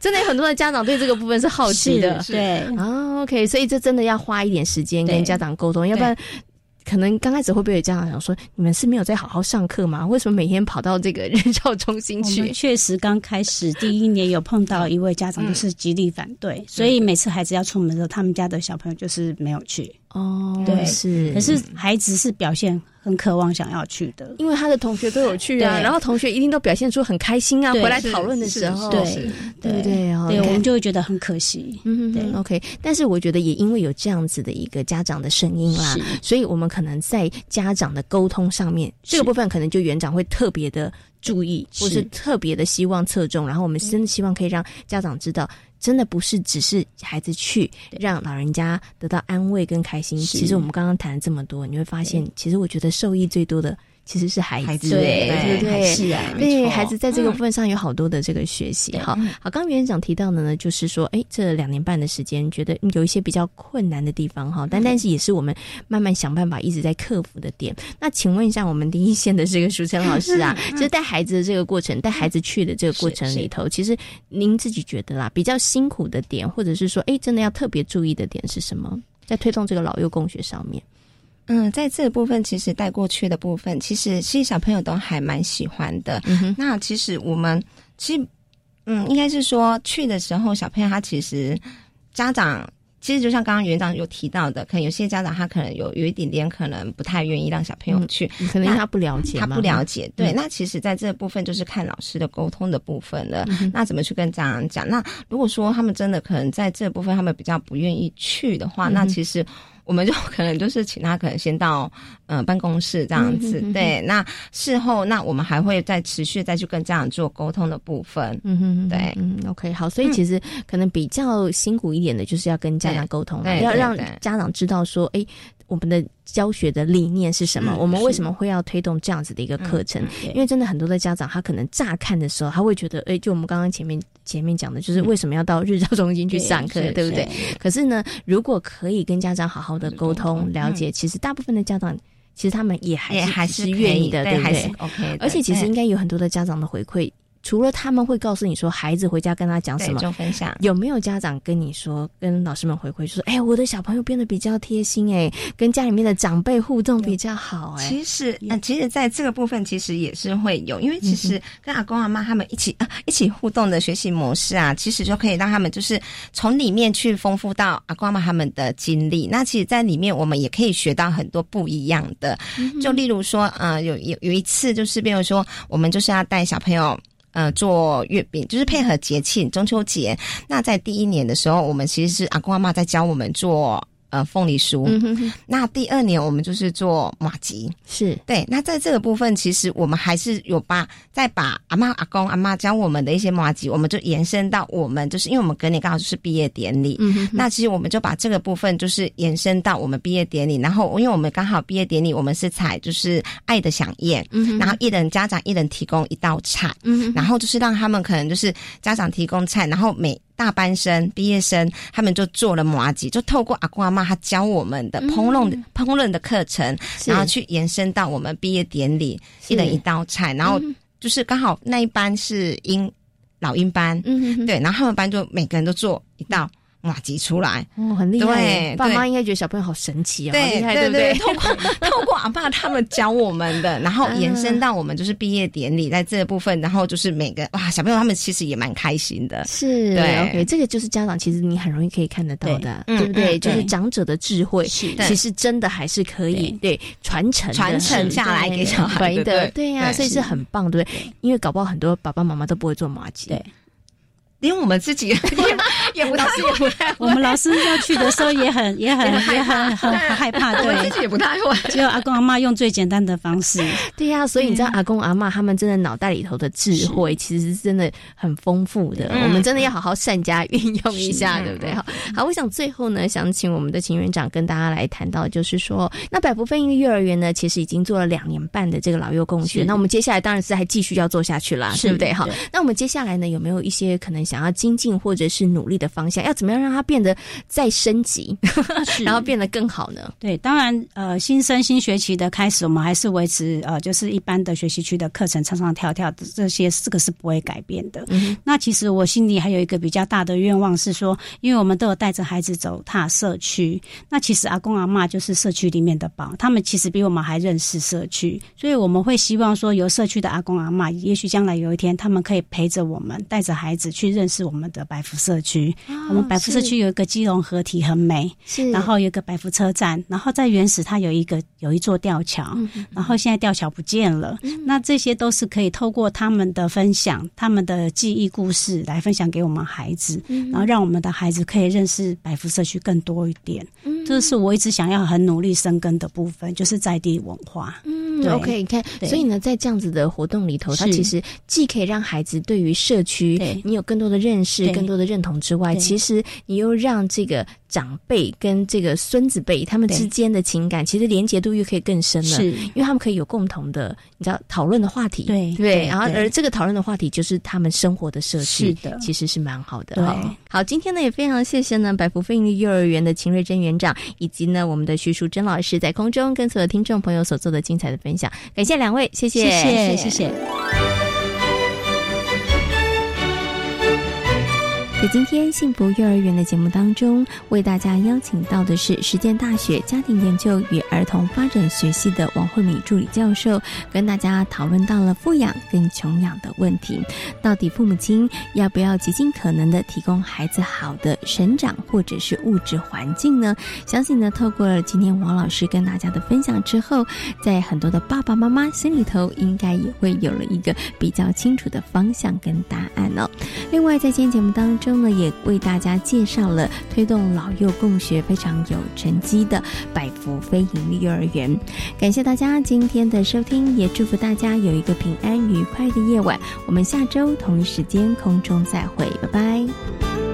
Speaker 4: 真的有很多的家长对这个部分是好奇的，
Speaker 11: 对
Speaker 4: 啊，OK，所以这真的要花一点时间跟家长沟通，要不然。可能刚开始会不会有家长想说，你们是没有在好好上课吗？为什么每天跑到这个日照中心去？
Speaker 11: 确实，刚开始第一年有碰到一位家长就是极力反对，嗯、所以每次孩子要出门的时候，他们家的小朋友就是没有去。
Speaker 4: 哦，
Speaker 11: 对，
Speaker 4: 是。
Speaker 11: 可是孩子是表现很渴望想要去的，
Speaker 4: 因为他的同学都有去啊，然后同学一定都表现出很开心啊。回来讨论的时候，
Speaker 11: 对
Speaker 4: 哦对不对？哦
Speaker 11: 对，我们就会觉得很可惜。
Speaker 4: 嗯对，OK。但是我觉得也因为有这样子的一个家长的声音啦，所以我们可能在家长的沟通上面，这个部分可能就园长会特别的注意，或是嗯特别的希望侧重。然后我们真的希望可以让家长知道。真的不是只是孩子去让老人家得到安慰跟开心。其实我们刚刚谈了这么多，你会发现，其实我觉得受益最多的其实是孩子，孩
Speaker 11: 子
Speaker 4: 对对对，
Speaker 11: 是啊，
Speaker 4: 对孩子在这个部分上有好多的这个学习哈。好，刚园长提到的呢，就是说，哎，这两年半的时间，觉得嗯有一些比较困难的地方哈，但但是也是我们慢慢想办法一直在克服的点。那请问一下，我们第一线的这个淑成老师啊，就是带孩子的这个过程，带孩子去的这个过程里头，其实您自己觉得啦，比较辛苦的点，或者是说，哎，真的要特别注意的点是什么？在推动这个老幼共学上面。
Speaker 11: 嗯，在这部分其实带过去的部分，其实其实小朋友都还蛮喜欢的。嗯、那其实我们其实嗯，应该是说去的时候，小朋友他其实家长其实就像刚刚园长有提到的，可能有些家长他可能有有一点点可能不太愿意让小朋友去，
Speaker 4: 嗯、可能他不了解，
Speaker 11: 他不了解。对，嗯、那其实在这部分就是看老师的沟通的部分了。
Speaker 4: 嗯
Speaker 11: 那怎么去跟家长讲？那如果说他们真的可能在这部分他们比较不愿意去的
Speaker 4: 嗯
Speaker 11: 话，那其实。我们就可能就是请他可能先到嗯、呃、办公室这样子，嗯、哼哼对。那事后那我们还会再持续再去跟家长做沟通的部分，
Speaker 4: 嗯哼,哼，
Speaker 11: 对，
Speaker 4: 嗯，OK，好。所以其实可能比较辛苦一点的就是要跟家长沟通，要让家长知道说，哎、欸。我们的教学的理念是什么？嗯、我们为什么会要推动这样子的一个课程？嗯、因为真的很多的家长，他可能乍看的时候，他会觉得，哎、欸，就我们刚刚前面前面讲的，就是为什么要到日照中心去上课，嗯、嗯对不对？可是呢，如果可以跟家长好好的沟通了解，其实大部分的家长。其实他们也还是
Speaker 11: 还是
Speaker 4: 愿意的，
Speaker 11: 对哎
Speaker 4: 不对
Speaker 11: ？OK，
Speaker 4: 而且其实应该有很多的家长的回馈。除了他们会告诉你说孩子回家跟他讲什么，
Speaker 11: 分享
Speaker 4: 有没有家长跟你说，跟老师们回馈说，哎、欸，我的小朋友变得比较贴心、欸，哎，跟家里面的长辈互动比较好、欸，哎。
Speaker 11: 其实，那、呃、其实在这个部分其实也是会有，因为其实跟阿公阿妈他们一起啊、呃、一起互动的学习模式啊，其实就可以让他们就是从里面去丰富到阿公阿妈他们的经历。那其实，在里面我们也可以学到很多不一样的，嗯、就例如说，呃，有有有一次就是，比如说，我们就是要带小朋友。呃，做月饼就是配合节庆，中秋节。那在第一年的时候，我们其实是阿公阿妈在教我们做呃凤梨酥。嗯、哼哼那第二年我们就是做马吉，
Speaker 4: 是
Speaker 11: 对。那在这个部分，其实我们还是有把再把阿妈、阿公、阿妈教我们的一些马吉，我们就延伸到我们就是因为我们隔年刚好就是毕业典礼，嗯、哼哼那其实我们就把这个部分就是延伸到我们毕业典礼。然后因为我们刚好毕业典礼，我们是采就是爱的飨宴，嗯、然后一人家长一人提供一道菜。嗯，然后就是让他们可能就是家长提供菜，然后每大班生、毕业生他们就做了麻吉，就透过阿公阿妈他教我们的烹饪、嗯、烹饪的课程，然后去延伸到我们毕业典礼，一人一道菜，然后
Speaker 4: 嗯
Speaker 11: 就是刚好那一班是英老鹰班，嗯、对，然后他们班就每个人都做一道。马吉出来，
Speaker 4: 哦，很厉害。爸妈应该觉得小朋友好神奇啊，好厉害，
Speaker 11: 对
Speaker 4: 不对？
Speaker 11: 透过透过阿爸他们教我们的，然后延
Speaker 4: 嗯
Speaker 11: 伸到我们就是毕业典礼在这部分，然后就是每个哇，小朋友他们其实也蛮开心的。
Speaker 4: 是
Speaker 11: 对嗯
Speaker 4: ，OK，这个就是家长其实你很容易可以看得到的，对不对？就是长者的智慧，其实真的还是可以对传承
Speaker 11: 传承下来给小孩
Speaker 4: 的，对呀，所以是很棒，对不对？因为搞不好很多爸爸妈妈都不会做马吉，
Speaker 11: 对。连我们自己 也不太会，
Speaker 15: 我们老师要去的时候也很、也 很、也很、很害怕。
Speaker 11: 我们自己也不太会，
Speaker 15: 只有阿公阿妈用最简单的方式。
Speaker 4: 对呀，所以你知道阿公阿妈他们真的脑袋里头的智慧，其实真的很丰富的。我们真的要好好善加运用一下，对不对？好，好，我想最后呢，想请我们的秦园长跟大家来谈到，就是说，那百福分院幼儿园呢，其实已经做了两年半的这个老幼共学，那我们接下来当然是还继续要做下去啦，对不对？好，那我们接下来呢，有没有一些可能？想要精进或者是努力的方向，要怎么样让它变得再升 级，然后变得更好呢？
Speaker 15: 对，当然，呃，新生新学期的开始，我们还是维持呃，就是一般的学习区的课程唱唱跳跳这些，这个是不会改变的。嗯、那其实我心里还有一个比较大的愿望是说，因为我们都有带着孩子走踏社区，那其实阿公阿妈就是社区里面的宝，他们其实比我们还认识社区，所以我们会希望说，由社区的阿公阿妈，也许将来有一天，他们可以陪着我们，带着孩子去。认识我们的百福社区，
Speaker 4: 啊
Speaker 15: 哦、我们百福社区有一个基隆合体很美，然后有一个百福车站，然后在原始它有一个有一座吊桥，嗯、然后现在吊桥不见了，嗯、那这些都是可以透过他们的分享、他们的记忆故事来分享给我们孩子，嗯、然后让我们的孩子可以认识百福社区更多一点。这是我一直想要很努力深耕的部分，就是在地文化。
Speaker 4: 嗯，OK，你看，所以呢，在这样子的活动里头，它其实既可以让孩子对于社区，你有更多。多的认识、更多的认同之外，其实你又让这个。长辈跟这个孙子辈他们之间的情感，其实连结度又可以更深了，
Speaker 15: 是
Speaker 4: 因为他们可以有共同的，你知道讨论的话题，
Speaker 15: 对
Speaker 4: 对，
Speaker 15: 对
Speaker 4: 然后
Speaker 15: 对
Speaker 4: 而这个讨论的话题就是他们生活的社区，
Speaker 15: 是的
Speaker 4: 其实是蛮好的
Speaker 15: 对
Speaker 4: 哈。好，今天呢也非常谢谢呢百福飞利幼儿园的秦瑞珍园长，以及呢我们的徐淑珍老师在空中跟所有听众朋友所做的精彩的分享，感谢两位，谢谢，
Speaker 15: 谢谢谢谢。
Speaker 4: 在今天幸福幼儿园的节目当中，为大家邀请到的是实践大学家庭研究与儿童发展学系的王慧敏助理教授，跟大家讨论到了富养跟穷养的问题。到底父母亲要不要极尽可能的提供孩子好的生长或者是物质环境呢？相信呢，透过了今天王老师跟大家的分享之后，在很多的爸爸妈妈心里头，应该也会有了一个比较清楚的方向跟答案哦。另外，在今天节目当中呢，也为大家介绍了推动老幼共学非常有成绩的百福非营利幼儿园。感谢大家今天的收听，也祝福大家有一个平安愉快的夜晚。我们下周同一时间空中再会，拜拜。